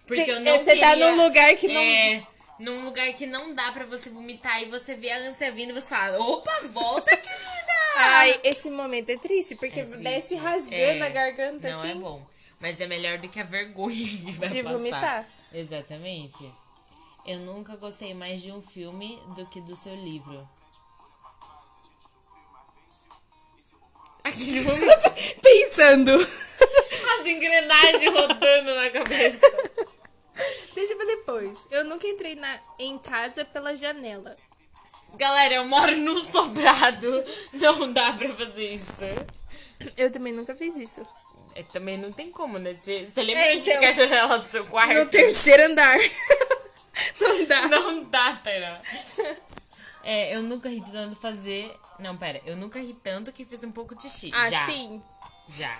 Porque
Cê-
eu não
cê tá
queria-
num lugar que não-
É, num lugar que não dá pra você vomitar e você vê a ânsia vindo e você fala, opa, volta, querida!
Ai, esse momento é triste, porque
É triste.
desce rasgando
É,
a garganta
Não é
assim.
bom. Mas é melhor do que a vergonha que vai
De
passar.
vomitar.
Exatamente. Eu nunca gostei mais de um filme do que do seu livro. Aquele momento.
Pensando.
As engrenagens rodando na cabeça.
Deixa pra depois. Eu nunca entrei na, em casa pela janela.
Galera, eu moro num sobrado. Não dá pra fazer isso.
Eu também nunca fiz isso.
É, também não tem como, né? Você você lembra
É,
de
então.
ficar a janela do seu quarto?
No terceiro andar. Não dá.
Não dá, Tainá. É, eu nunca ri de tanto fazer. Não, pera. Eu nunca ri tanto que fiz um pouco de xixi. já,
Assim.
Já.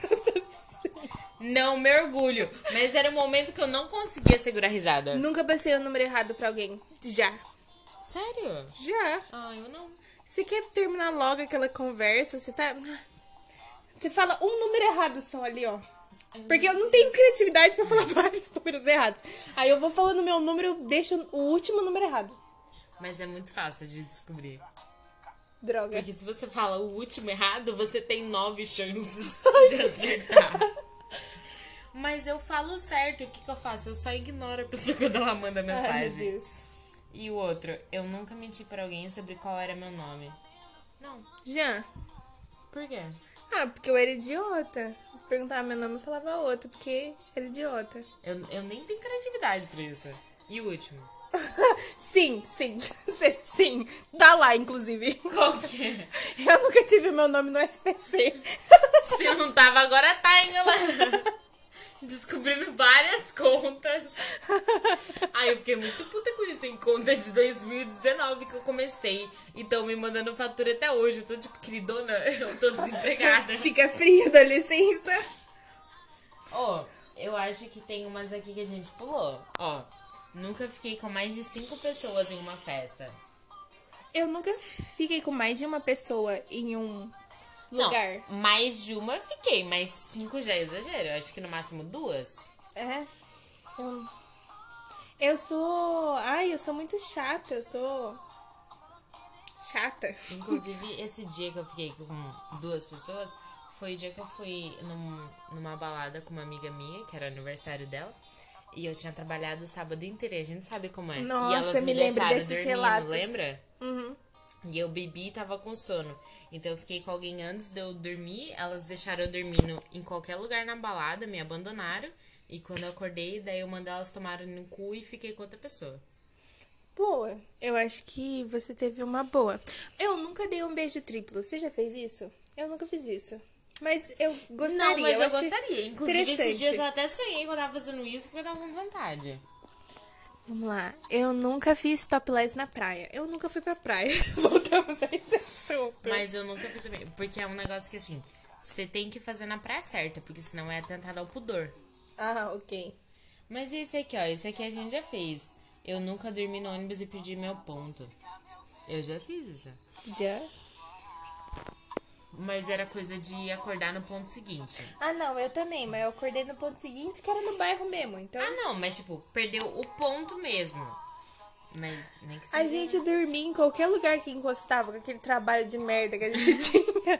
Não me orgulho. Mas era um momento que eu não conseguia segurar a risada.
Nunca passei o número errado pra alguém. Já.
Sério?
Já.
Ah, eu não.
Você quer terminar logo aquela conversa? Você tá. Você fala um número errado só ali, ó. Porque eu não tenho criatividade pra falar vários números errados. Aí eu vou falando o meu número, eu deixo o último número errado.
Mas é muito fácil de descobrir.
Droga.
Porque se você fala o último errado, você tem nove chances de acertar. Mas eu falo certo, o que, que eu faço? Eu só ignoro a pessoa quando ela manda mensagem.
Ai, meu Deus.
E o outro, eu nunca menti pra alguém sobre qual era meu nome. Não,
Jean.
por quê?
Ah, porque eu era idiota. Se perguntava meu nome, eu falava outro, porque era idiota.
Eu, eu nem tenho criatividade pra isso. E o último?
Sim, sim. Cê- Sim. Tá lá, inclusive.
Qual que é?
Eu nunca tive meu nome no SPC.
Se eu não tava, agora tá, hein, galera? Descobrindo várias contas. Ai, eu fiquei muito puta com isso. Tem conta de 2019 que eu comecei. E tão me mandando fatura até hoje. Eu tô tipo, queridona, eu tô desempregada.
Fica fria, dá licença.
Ó, eu acho que tem umas aqui que a gente pulou. Ó, nunca fiquei com mais de cinco pessoas em uma festa.
Eu nunca fiquei com mais de uma pessoa em um lugar.
Não, mais de uma eu fiquei, mas cinco já é exagero. Eu acho que no máximo duas.
É. Eu... eu sou. Ai, eu sou muito chata. Eu sou. Chata.
Inclusive, esse dia que eu fiquei com duas pessoas foi o dia que eu fui num- numa balada com uma amiga minha, que era aniversário dela. E eu tinha trabalhado o sábado inteiro, e a gente sabe como é. e
Nossa,
elas
me
me
lembro
deixaram
desses
dormindo,
relatos. Uhum.
lembra? E eu bebi e tava com sono. Então eu fiquei com alguém antes de eu dormir. Elas deixaram eu dormindo em qualquer lugar na balada, me abandonaram. E quando eu acordei, daí eu mandei elas tomarem no cu e fiquei com outra pessoa.
Boa. Eu acho que você teve uma boa. Eu nunca dei um beijo triplo. Você já fez isso? Eu nunca fiz isso. Mas eu gostaria.
Não, mas eu,
achei
gostaria. Inclusive, esses
interessante.
dias eu até sonhei que eu tava fazendo isso porque eu tava com vontade.
Vamos lá. Eu nunca fiz topless na praia. Eu nunca fui pra praia. Voltamos a esse assunto.
Mas eu nunca fiz também. Porque é um negócio que assim, você tem que fazer na praia certa, porque senão é atentado ao pudor.
Ah, ok.
Mas esse aqui, ó, esse aqui a gente já fez. Eu nunca dormi no ônibus e pedi meu ponto. Eu já fiz isso.
Já?
Mas era coisa de acordar no ponto seguinte.
Ah, não, eu também, mas eu acordei no ponto seguinte que era no bairro mesmo, então.
Ah, não, mas tipo, perdeu o ponto mesmo. Mas nem que
A
seja.
gente dormia em qualquer lugar que encostava, com aquele trabalho de merda que a gente tinha.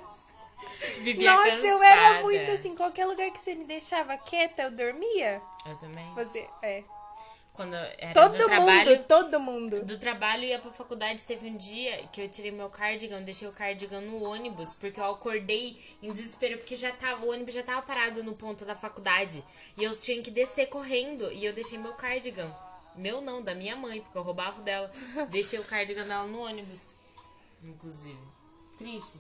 Vivia
Nossa, eu era
cansada.
muito assim, qualquer lugar que você me deixava quieta, eu dormia.
Eu também.
Você, é.
Quando eu era
Todo
do
mundo,
trabalho,
todo mundo.
do trabalho ia pra faculdade, teve um dia que eu tirei meu cardigan, deixei o cardigan no ônibus, porque eu acordei em desespero, porque já tava, o ônibus já tava parado no ponto da faculdade. E eu tinha que descer correndo, e eu deixei meu cardigan. Meu não, da minha mãe, porque eu roubava o dela. Deixei o cardigan dela no ônibus. Inclusive. Triste.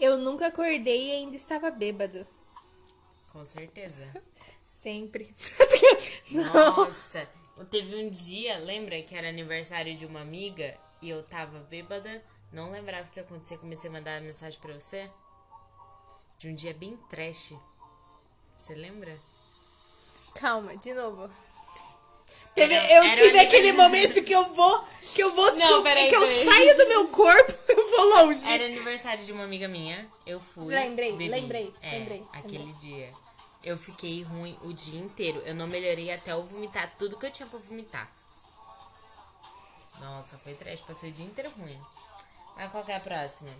Eu nunca acordei e ainda estava bêbado.
Com certeza.
Sempre. não.
Nossa, teve um dia, lembra que era aniversário de uma amiga e eu tava bêbada, não lembrava o que acontecia, comecei a mandar mensagem pra você? De um dia bem trash. Você lembra?
Calma, de novo. Teve-
Era-
eu
era
tive
um
aquele
aniversário.
momento que eu vou, que eu vou
Não,
sub-
peraí,
que eu
peraí.
saio do meu corpo, eu vou longe.
Era aniversário de uma amiga minha, eu fui.
Lembrei,
bebi.
lembrei,
É,
lembrei,
Aquele
lembrei.
dia. Eu fiquei ruim o dia inteiro. Eu não melhorei até eu vomitar tudo que eu tinha pra vomitar. Nossa, foi trash. Passei o dia inteiro ruim. Mas qual que é a próxima?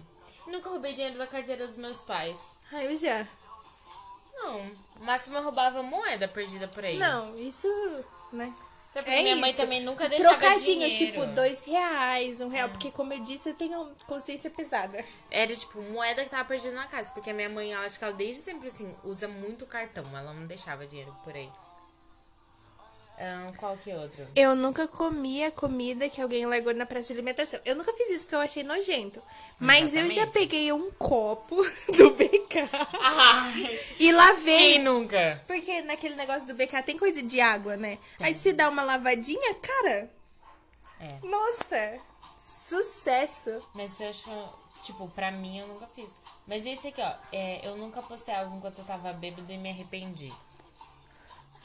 Nunca roubei dinheiro da carteira dos meus pais.
Ah, eu já.
Não. O máximo eu roubava moeda perdida por aí.
Não, isso, né?
Até porque minha mãe
isso.
também nunca deixava
Trocadinho,
dinheiro.
tipo, dois reais, um real. Porque, como eu disse, eu tenho consciência pesada.
Era tipo moeda que tava perdida na casa. Porque a minha mãe, ela, acho que ela desde sempre assim, usa muito cartão. Ela não deixava dinheiro por aí. Ahn, qual que é outro?
Eu nunca comi a comida que alguém largou na praça de alimentação. Eu nunca fiz isso porque eu achei nojento. Mas eu já
Exatamente.
peguei um copo do BK e lavei.
Quem nunca?
Porque naquele negócio do BK tem coisa de água, né? Aí se dá uma lavadinha, cara,
É.
nossa, sucesso.
Mas eu acho, tipo, pra mim eu nunca fiz. Mas esse aqui, ó, é, eu nunca postei algo enquanto eu tava bêbada e me arrependi.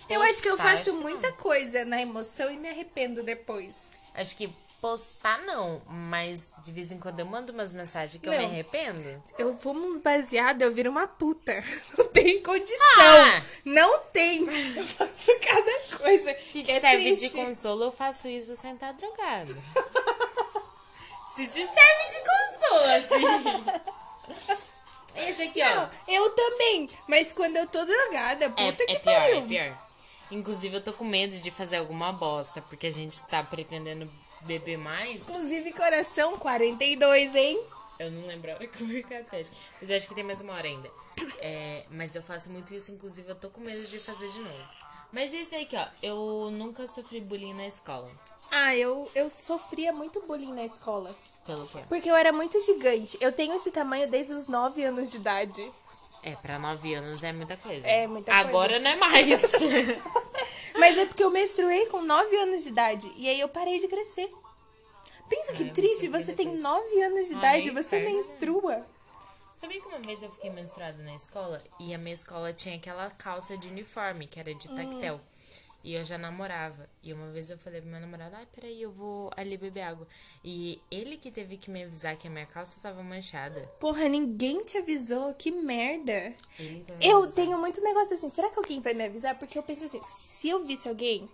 Eu acho que eu
Postar,
faço
acho que
muita coisa na emoção e me arrependo depois.
Acho que postar não, mas de vez em quando eu mando umas mensagens que eu
Não.
me arrependo.
Eu fumo uns baseados, eu viro uma puta. Não tem condição.
Ah!
Não tem. Eu faço cada coisa.
Se
que
te
é
serve de
triste.
consolo, eu faço isso sem estar drogado. Se te serve de consolo, assim. Esse aqui, ó.
Não, eu também. Mas quando eu tô drogada, puta
É,
que
é pior,
pariu.
é pior. Inclusive, eu tô com medo de fazer alguma bosta, porque a gente tá pretendendo beber mais.
Inclusive, coração 42, hein?
Eu não lembrava como é que era a teste. Mas eu acho que tem mais uma hora ainda. É, mas eu faço muito isso, inclusive eu tô com medo de fazer de novo. Mas é esse aqui, ó. Eu nunca sofri bullying na escola.
Ah, eu, eu sofria muito bullying na escola.
Pelo que é.
Porque eu era muito gigante. Eu tenho esse tamanho desde os 9 anos de idade.
É, pra 9 anos é muita coisa.
É muita
Agora não é mais.
Mas é porque eu menstruei com 9 anos de idade. E aí eu parei de crescer. Pensa que
Ah, eu
triste,
percebi
você tem
depois.
9 anos de
Ah,
idade,
bem
você
inferno, né?
menstrua.
Sabia que uma vez eu fiquei menstruada na escola e a minha escola tinha aquela calça de uniforme, que era de tactel. E eu já namorava. E uma vez eu falei pro meu namorado, ai, peraí, eu vou ali beber água. E ele que teve que me avisar que a minha calça tava manchada.
Porra, ninguém te avisou, que merda.
Ele teve que me
Eu
avisar.
tenho muito negócio assim, será que alguém vai me avisar? Porque eu penso assim, se eu visse alguém,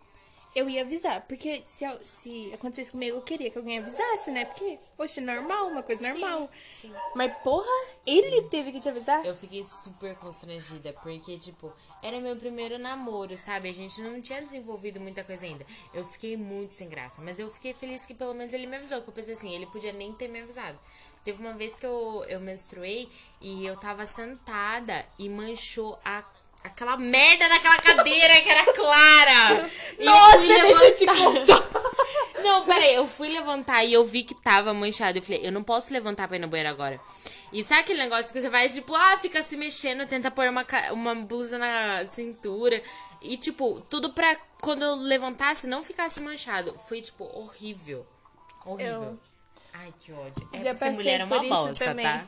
eu ia avisar. Porque se, eu- se acontecesse comigo, eu queria que alguém avisasse, né? Porque, poxa, normal, uma coisa
Sim,
normal.
sim.
Mas, porra, ele teve que te avisar?
Eu fiquei super constrangida, porque, tipo, era meu primeiro namoro, sabe? A gente não tinha desenvolvido muita coisa ainda. Eu fiquei muito sem graça, mas eu fiquei feliz que pelo menos ele me avisou, que eu pensei assim, ele podia nem ter me avisado. Teve uma vez que eu, eu menstruei e eu tava sentada e manchou a, aquela merda daquela cadeira que era clara. E
Nossa,
eu fui
deixa eu te
levantar. Não, peraí, eu fui levantar e eu vi que tava manchado. Eu falei, eu não posso levantar pra ir no banheiro agora. E sabe aquele negócio que você vai, tipo, ah, fica se mexendo, tenta pôr uma, ca- uma blusa na cintura. E, tipo, tudo pra quando eu levantasse não ficasse manchado. Foi, tipo, horrível. Horrível.
Eu-
Ai, que ódio. É
Já
porque ser
passei
mulher é uma
por isso
bosta,
também.
tá?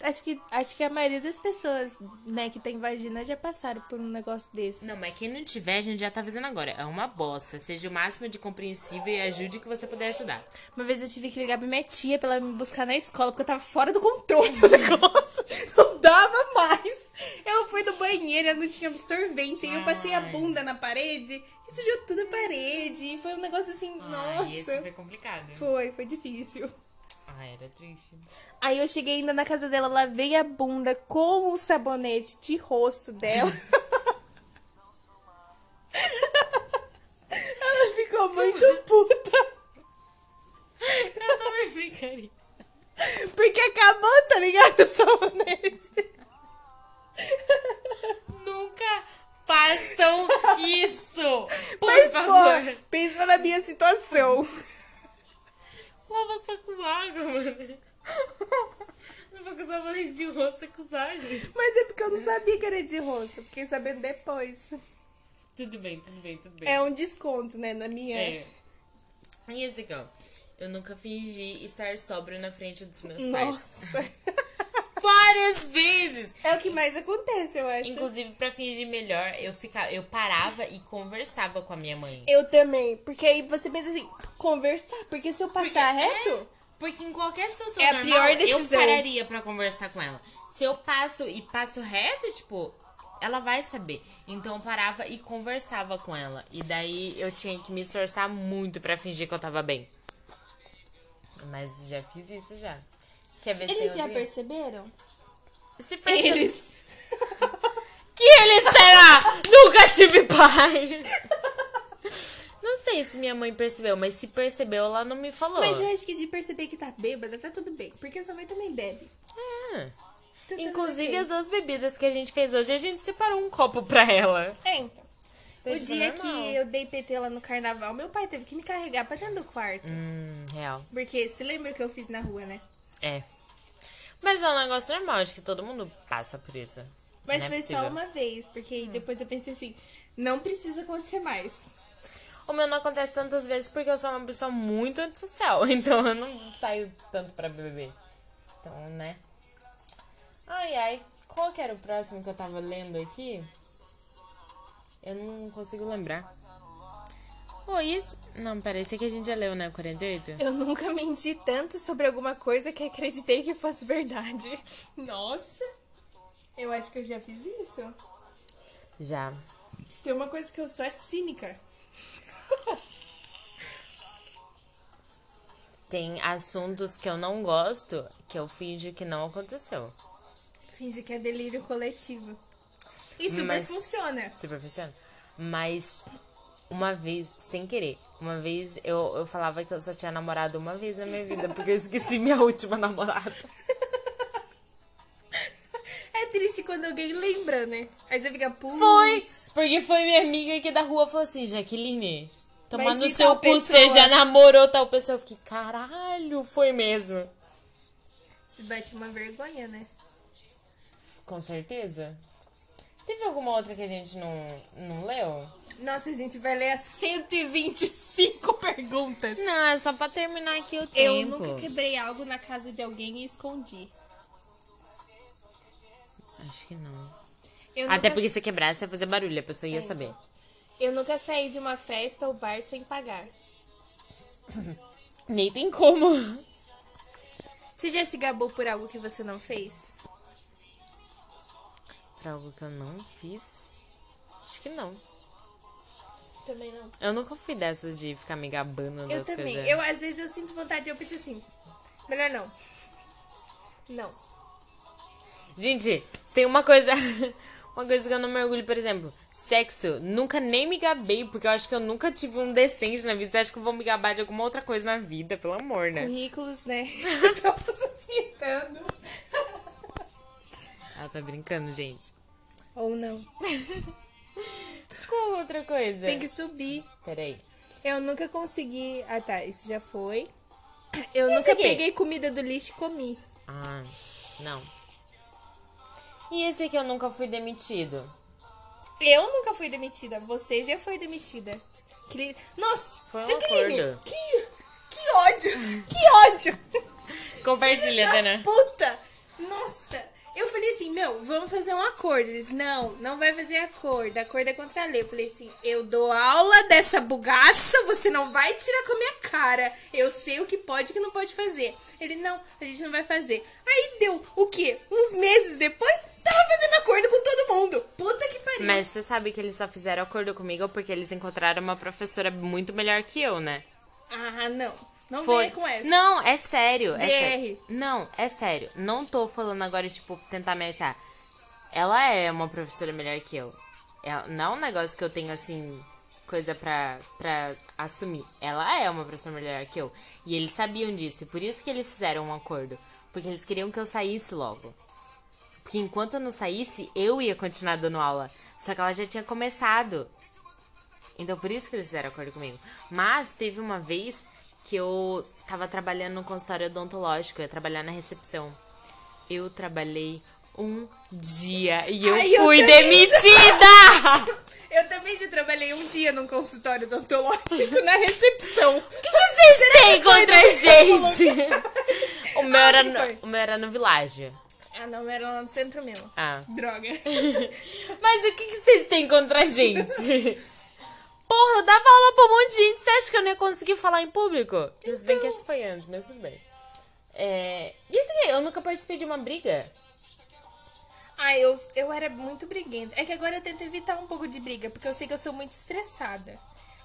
Acho que, acho que a maioria das pessoas, né, que tem vagina já passaram por um negócio desse.
Não, mas quem não tiver, a gente já tá avisando agora. É uma bosta. Seja o máximo de compreensível e ajude o que você puder ajudar.
Uma vez eu tive que ligar pra minha tia pra ela me buscar na escola, porque eu tava fora do controle do negócio. Não dava mais. Eu fui no banheiro, eu não tinha absorvente. Aí eu passei a
Ai.
bunda na parede e sujou tudo a parede. E foi um negócio assim,
Ai, esse
nossa.
foi complicado.
Foi, foi difícil.
Ai, era triste.
Aí eu cheguei ainda na casa dela, lavei a bunda com o sabonete de rosto dela. Ela ficou muito puta.
Eu também ficaria.
Porque acabou, tá ligado? O sabonete.
Nunca façam isso! Por
Mas,
favor!
pô, pensa na minha situação.
Lava só com água, mano. Não vou usar banho de rosto, é acusar, gente.
Mas é porque eu não sabia que era de rosto. Fiquei sabendo depois.
Tudo bem, tudo bem, tudo bem.
É um desconto, né? Na minha.
É. E esse aqui, ó. Eu nunca fingi estar sóbrio na frente dos meus pais.
Nossa.
Várias vezes!
é o que mais acontece, eu acho.
Inclusive, pra fingir melhor, eu, ficava, eu parava e conversava com a minha mãe.
Eu também. Porque aí você pensa assim, conversar. Porque se eu passar Tá reto.
É, Porque em qualquer situação
É a
normal,
pior decisão.
eu pararia pra conversar com ela. Se eu passo e passo reto, tipo, ela vai saber. Então eu parava e conversava com ela. E daí eu tinha que me esforçar muito pra fingir que eu tava bem. Mas já fiz isso já. Quer ver se
Eles
tem
já
outro?
perceberam?
Se percebe-
Eles.
Que eles será? Nunca tive pai. Não sei se minha mãe percebeu, mas se percebeu, ela não me falou.
Mas eu acho que de perceber que tá bêbada, tá tudo bem. Porque a sua mãe também bebe.
É.
Tá tudo
Inclusive,
ok.
as duas bebidas que a gente fez hoje, a gente separou um copo pra ela.
É, então.
Então,
o
tipo,
dia
normal.
que eu dei PT lá no carnaval, meu pai teve que me carregar pra dentro do quarto.
Hum, real.
Porque se lembra o que eu fiz na rua, né?
É. Mas é um negócio normal, acho que todo mundo passa por isso.
Mas
Não é
foi só
possível. Hum.
uma vez, porque aí depois eu pensei assim, não precisa acontecer mais.
O meu não acontece tantas vezes porque eu sou uma pessoa muito antissocial, então eu não saio tanto pra beber. Então, né? Ai, ai. Qual que era o próximo que eu tava lendo aqui? Eu não consigo lembrar. Ou isso? Não, peraí, esse aqui a gente já leu, né? 48?
Eu nunca menti tanto sobre alguma coisa que acreditei que fosse verdade. Nossa! Eu acho que eu já fiz isso.
Já.
Se tem uma coisa que eu sou é cínica.
Tem assuntos que eu não gosto que eu finjo que não aconteceu.
Finge que é delírio coletivo. E super
Hum, Mas-
funciona.
Super funciona. Mas uma vez, sem querer, uma vez eu, eu falava que eu só tinha namorado uma vez na minha vida, porque eu esqueci minha última namorada.
É triste quando alguém lembra, né? Aí você fica, putz.
Foi! Porque foi minha amiga aqui da rua falou assim, Jaqueline, tomar
Mas
no
e
seu
tal
cu, você
pessoa?
já namorou tal pessoa. Eu fiquei, caralho, foi mesmo.
Se bate uma vergonha, né?
Com certeza. Teve alguma outra que a gente não, não leu?
Nossa, a gente vai ler as 125 perguntas.
Não, é só pra terminar aqui o
Eu
tempo.
nunca quebrei algo na casa de alguém e escondi.
Acho que não.
Eu
Até
nunca-
porque se quebrasse ia fazer barulho, a pessoa ia
É.
saber.
Eu nunca saí de uma festa ou bar sem pagar.
Nem tem como.
Você já se gabou por algo que você não fez?
Pra algo que eu não fiz? Acho que não.
Também não.
Eu nunca fui dessas de ficar me gabando
Eu
das
também.
coisas.
Eu, às vezes, eu sinto vontade de eu pensar assim. Melhor não. Não.
Gente, se tem uma coisa. uma coisa que eu não me orgulho, por exemplo, sexo. Nunca nem me gabei, porque eu acho que eu nunca tive um decente na vida. Eu acho que eu vou me gabar de alguma outra coisa na vida, pelo amor, né?
Currículos, né? Estamos citando.
Ela tá brincando, gente.
Ou não.
Qual outra coisa?
Tem que subir.
Peraí.
Eu nunca consegui. Ah, tá. Isso já foi. Eu
Esse
nunca
aqui?
peguei comida do lixo e comi.
Ah, não. E esse aqui eu nunca fui demitido.
Eu nunca fui demitida. Você já foi demitida. Cri- Nossa,
Foi um
Jaqueline,
acordo.
que, que ódio, que ódio.
Compartilha,
Da
Dana.
puta! Nossa! Eu falei assim, meu, vamos fazer um acordo. Eles, não, não vai fazer acordo. Acordo é contra a lei. Eu falei assim, eu dou aula dessa bugaça, você não vai tirar com a minha cara. Eu sei o que pode e o que não pode fazer. Ele, não, a gente não vai fazer. Aí deu o quê? Uns meses depois, tava fazendo acordo com todo mundo. Puta que pariu.
Mas você sabe que eles só fizeram acordo comigo porque eles encontraram uma professora muito melhor que eu, né?
Ah, não. Não
Foi.
venha com essa.
Não, é sério. É
DR.
sério. Não, é sério. Não tô falando agora, tipo, tentar me achar. Ela é uma professora melhor que eu. É- não é um negócio que eu tenho, assim, coisa pra, pra assumir. Ela é uma professora melhor que eu. E eles sabiam disso. E por isso que eles fizeram um acordo. Porque eles queriam que eu saísse logo. Porque enquanto eu não saísse, eu ia continuar dando aula. Só que ela já tinha começado. Então por isso que eles fizeram acordo comigo. Mas teve uma vez que eu tava trabalhando no consultório odontológico, eu ia trabalhar na recepção. Eu trabalhei um dia e eu
Ai, eu
fui
também.
demitida!
Eu também já trabalhei um dia num consultório odontológico na recepção.
O que vocês têm
foi
contra a gente? O meu,
Aonde
era
que Ah, foi?
no, o meu era no Village.
Ah, não, era lá no centro mesmo.
Ah.
Droga.
Mas o que, que vocês têm contra a gente? Porra, eu dava aula pra um monte de gente. Você acha que eu não ia conseguir falar em público? Tudo bem que essa foi antes, mas tudo bem. É... E isso aqui, eu nunca participei de uma briga.
Ai, eu, eu era muito briguenta. É que agora eu tento evitar um pouco de briga, porque eu sei que eu sou muito estressada.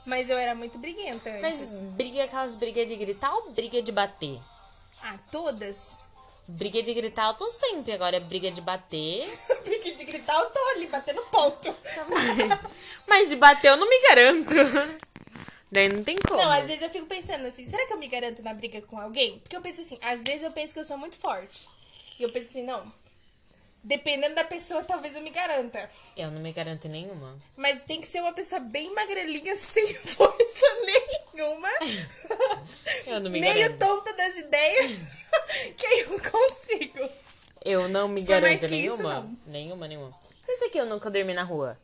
Mas eu era muito briguenta antes.
Mas briga é aquelas brigas de gritar ou briga de bater?
Ah, todas?
Briga de gritar eu tô sempre. Agora é briga de bater.
briga de gritar, eu tô ali batendo ponto.
Mas de bater eu não me garanto. Daí não tem como.
Não, às vezes eu fico pensando assim, será que eu me garanto na briga com alguém? Porque eu penso assim, às vezes eu penso que eu sou muito forte. E eu penso assim, não. Dependendo da pessoa, talvez eu me garanta.
Eu não me garanto em nenhuma.
Mas tem que ser uma pessoa bem magrelinha, sem força nenhuma.
Eu não me
Meio
garanto.
tonta das ideias. que eu consigo.
Eu não me
Foi mais
garanto
que isso,
nenhuma.
não.
Nenhuma, nenhuma. Pensa que eu nunca dormi na rua.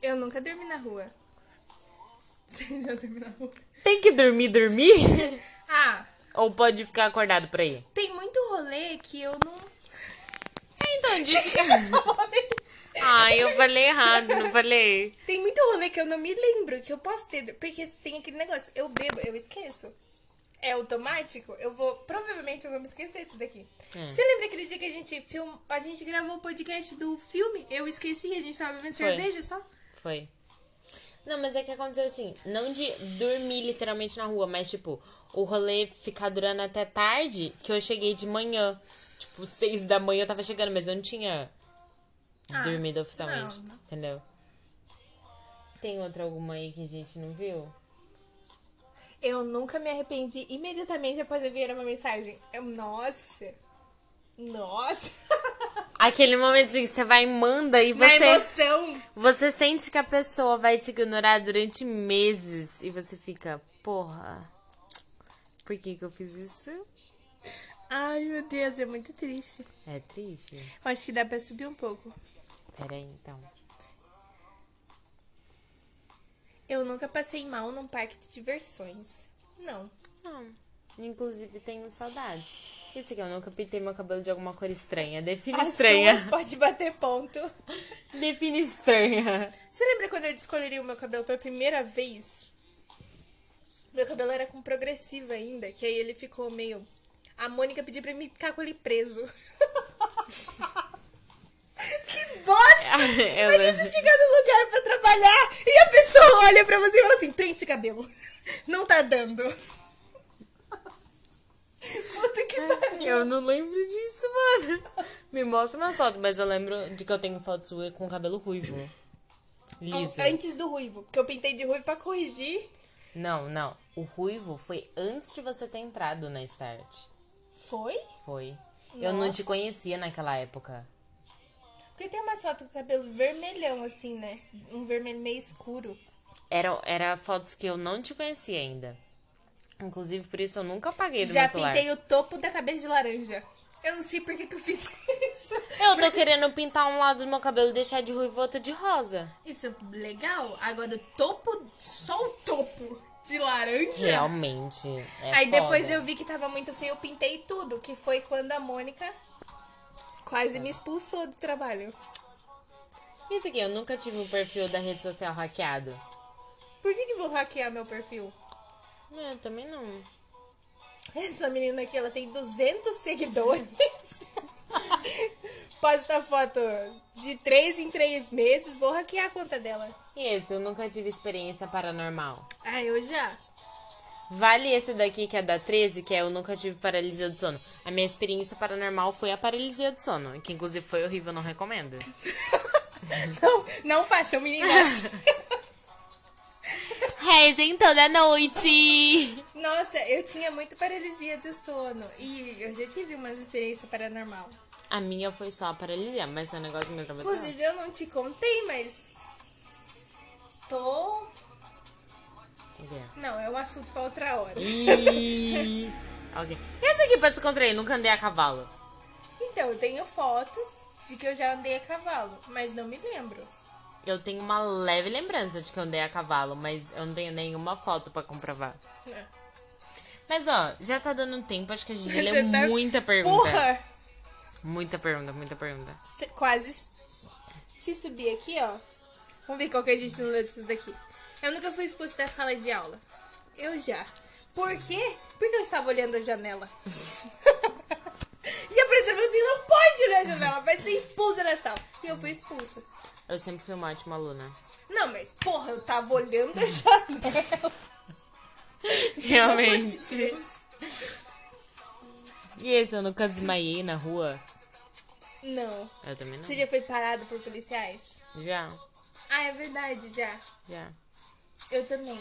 Eu nunca dormi na rua. Você já dormiu na rua?
Tem que dormir, dormir?
Ah,
Ou pode ficar acordado por aí?
tem muito rolê que eu não.
Então, de ficar. Ai, eu falei errado, não falei?
tem muito rolê que eu não me lembro, que eu posso ter. Porque tem aquele negócio, eu bebo, eu esqueço. É automático, eu vou. Provavelmente eu vou me esquecer disso daqui. Você lembra aquele dia que a gente film, a gente gravou o podcast do filme? Eu esqueci, a gente tava bebendo
Foi.
cerveja só?
Foi. Não, mas é que aconteceu assim, não de dormir literalmente na rua, mas tipo, o rolê ficar durando até tarde, que eu cheguei de manhã. Tipo, seis da manhã eu tava chegando, mas eu não tinha
Ah,
dormido oficialmente.
não, não.
Entendeu? Tem outra alguma aí que a gente não viu?
Eu nunca me arrependi imediatamente após enviar uma mensagem. Eu, nossa! Nossa!
Aquele momento assim que você vai e manda e
Na
você.
emoção!
Você sente que a pessoa vai te ignorar durante meses e você fica, porra, por que, que eu fiz isso?
Ai, meu Deus, é muito triste.
É triste.
Eu acho que dá pra subir um pouco.
Pera aí, então.
Eu nunca passei mal num parque de diversões. Não.
Não. Inclusive, tenho saudades. Isso aqui, eu nunca pintei meu cabelo de alguma cor estranha. Define
As
estranha.
duas pode bater ponto.
Define estranha.
Você lembra quando eu descoloria o meu cabelo pela primeira vez? Meu cabelo era com progressiva ainda, que aí ele ficou meio. A Mônica pediu pra mim ficar com ele preso. que bosta!
Eu
Imagina você chegar no lugar pra trabalhar e a pessoa olha pra você e fala assim: prende esse cabelo. Não tá dando. Puta que pariu.
Eu não lembro disso, mano. Me mostra uma foto, mas eu lembro de que eu tenho foto sua com cabelo ruivo. Liso.
Antes do ruivo, porque eu pintei de ruivo pra corrigir.
Não, não. O ruivo foi antes de você ter entrado na Start.
Foi?
Foi. Eu não te conhecia naquela época.
Porque tem umas fotos com cabelo vermelhão, assim, né? Um vermelho meio escuro.
Era, era fotos que eu não te conhecia ainda. Inclusive, por isso eu nunca apaguei do
Já
meu celular.
pintei o topo da cabeça de laranja. Eu não sei por que que eu fiz isso.
Eu tô querendo pintar um lado do meu cabelo e deixar de ruivo outro de rosa.
Isso é legal. Agora o topo, só o topo de laranja.
Realmente. é
Aí depois
foda.
eu vi que tava muito feio, eu pintei tudo, que foi quando a Mônica quase me expulsou do trabalho.
Isso aqui, eu nunca tive um perfil da rede social hackeado.
Por que que vou hackear meu perfil?
É, também não.
Essa menina aqui, ela tem 200 seguidores. Posta foto de 3 em 3 meses, vou hackear a conta dela.
E esse, eu nunca tive experiência paranormal.
Ah, eu já.
Vale esse daqui que é da 13, que é eu nunca tive paralisia do sono. A minha experiência paranormal foi a paralisia do sono, que inclusive foi horrível, não recomendo.
Não, não façam, meninas.
Rezem toda noite!
Nossa, eu tinha muito paralisia do sono. E eu já tive umas experiências paranormal.
A minha foi só a paralisia, mas é um negócio meio traumatizante.
Inclusive, eu não te contei, mas. Tô.
Yeah.
Não, é um assunto pra outra hora.
Ih, ok. E essa aqui pra descontrair, nunca andei a cavalo.
Então, eu tenho fotos de que eu já andei a cavalo, mas não me lembro.
Eu tenho uma leve lembrança de que eu andei a cavalo, mas eu não tenho nenhuma foto pra comprovar.
É.
Mas ó, já tá dando tempo, acho que a gente
Você
leu
tá-
muita pergunta.
Porra!
Muita pergunta, muita pergunta.
Se- Quase. Se subir aqui, ó. Vamos ver qual que a gente não leu disso daqui. Eu nunca fui expulsa da sala de aula. Eu já. Por quê? Porque eu estava olhando a janela. e a professora falou assim, não pode olhar a janela, vai ser expulsa da sala. E eu fui expulsa.
Eu sempre fui uma ótima aluna.
Não, mas porra, eu tava olhando a janela. Pelo amor de
Realmente.
Deus.
E esse, eu nunca desmaiei na rua?
Não.
Eu também não.
Você já foi parado por policiais?
Já,
Ah, é verdade, já.
já.
Eu também.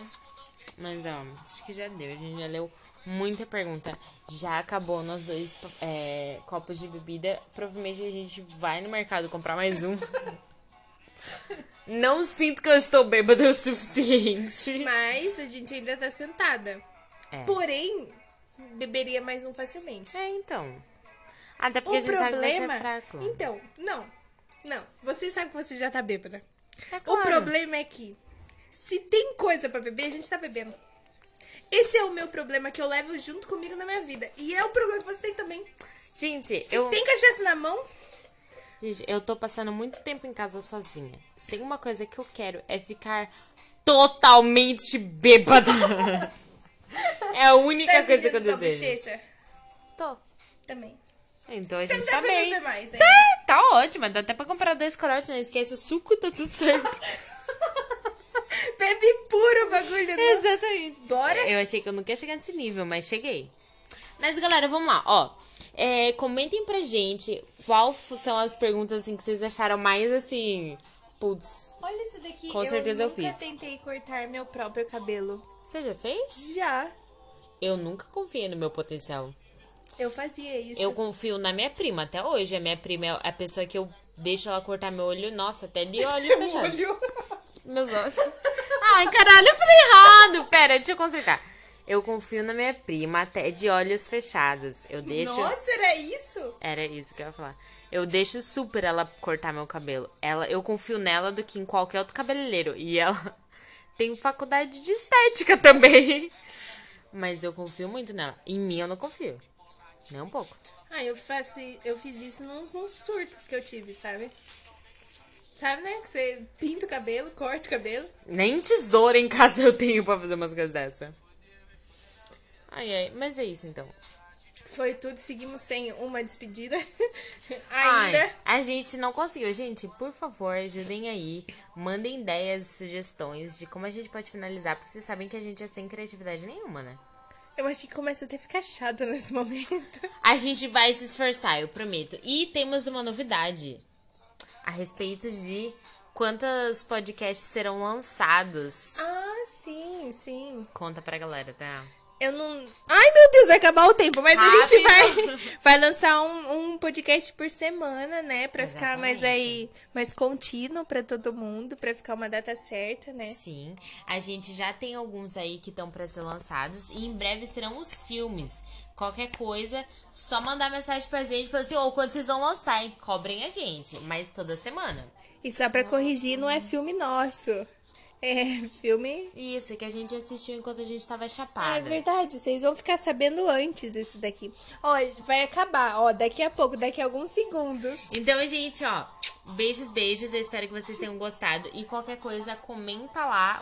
Mas ó, acho que já deu. A gente já leu muita pergunta. Já acabou nos dois é, copos de bebida. Provavelmente a gente vai no mercado comprar mais um. Não sinto que eu estou bêbada o suficiente.
Mas a gente ainda tá sentada.
É.
Porém, beberia mais um facilmente.
É, então. Até porque a
o
gente sabe que
problema.
vai ser fraco.
Então, não. Não. Você sabe que você já tá bêbada.
É
O
claro.
problema é que se tem coisa pra beber, a gente tá bebendo. Esse é o meu problema que eu levo junto comigo na minha vida. E é o problema que você tem também.
Gente,
Se
eu,
tem cachaça na mão,
gente, eu tô passando muito tempo em casa sozinha. Se tem uma coisa que eu quero é ficar totalmente bêbada. é a única
tá
coisa que eu
sentindo sua
desejo.
bochecha?
Tô.
Também.
Então a
Não
gente
dá
tá
pra
bem.
beber mais, hein?
Tá, tá ótima. Dá até pra comprar dois corotes, não esquece o suco, tá tudo certo.
Bebe puro o bagulho, né?
Exatamente.
Bora?
Eu achei que eu nunca ia chegar nesse nível, mas cheguei. Mas galera, vamos lá, ó. É, comentem pra gente qual f- são as perguntas assim, que vocês acharam mais assim. Putz,
Olha isso daqui.
Com certeza eu
nunca
fiz.
tentei cortar meu próprio cabelo.
você já fez?
Já.
Eu nunca confiei no meu potencial.
Eu fazia isso.
Eu confio na minha prima até hoje. A minha prima é a pessoa que eu deixo ela cortar meu olho, nossa, até de olho fechado. Meus olhos. Ai, caralho, eu falei errado. Pera, deixa eu consertar. Eu confio na minha prima até de olhos fechados. Eu deixo.
Nossa, era isso?
Era isso que eu ia falar. Eu deixo super ela cortar meu cabelo. Ela, eu confio nela do que em qualquer outro cabeleireiro. E ela tem faculdade de estética também. Mas eu confio muito nela. Em mim eu não confio. Nem um pouco.
Ah, eu, faço, eu fiz isso nos, nos surtos que eu tive, sabe? Sabe, né? Que você pinta o cabelo, corta o cabelo.
Nem tesoura em casa eu tenho pra fazer umas coisas dessa. Ai, ai. Mas é isso então.
Foi tudo, seguimos sem uma despedida.
Ai,
Ainda.
a gente não conseguiu. Gente, por favor, ajudem aí. Mandem ideias, sugestões de como a gente pode finalizar. Porque vocês sabem que a gente é sem criatividade nenhuma, né?
Eu acho que começa até a ficar chato nesse momento.
A gente vai se esforçar, eu prometo. E temos uma novidade a respeito de quantos podcasts serão lançados.
Ah, sim, sim.
Conta pra galera, tá?
Eu não. Ai, meu Deus, vai acabar o tempo. Mas a gente
Rápido.
vai, vai lançar um, um podcast por semana, né? Pra ficar mais
Exatamente.
aí, mais contínuo pra todo mundo, pra ficar uma data certa, né?
Sim, a gente já tem alguns aí que estão para ser lançados e em breve serão os filmes. Qualquer coisa, só mandar mensagem pra gente, falar assim, ou quando vocês vão lançar, hein? cobrem a gente, mas toda semana.
E só pra corrigir, não é filme nosso. É filme.
Isso, é que a gente assistiu enquanto a gente tava
Ah, é
chapada.
verdade, vocês vão ficar sabendo antes esse daqui. Ó, vai acabar, ó, daqui a pouco, daqui a alguns segundos.
Então, gente, ó, beijos, beijos, eu espero que vocês tenham gostado e qualquer coisa, comenta lá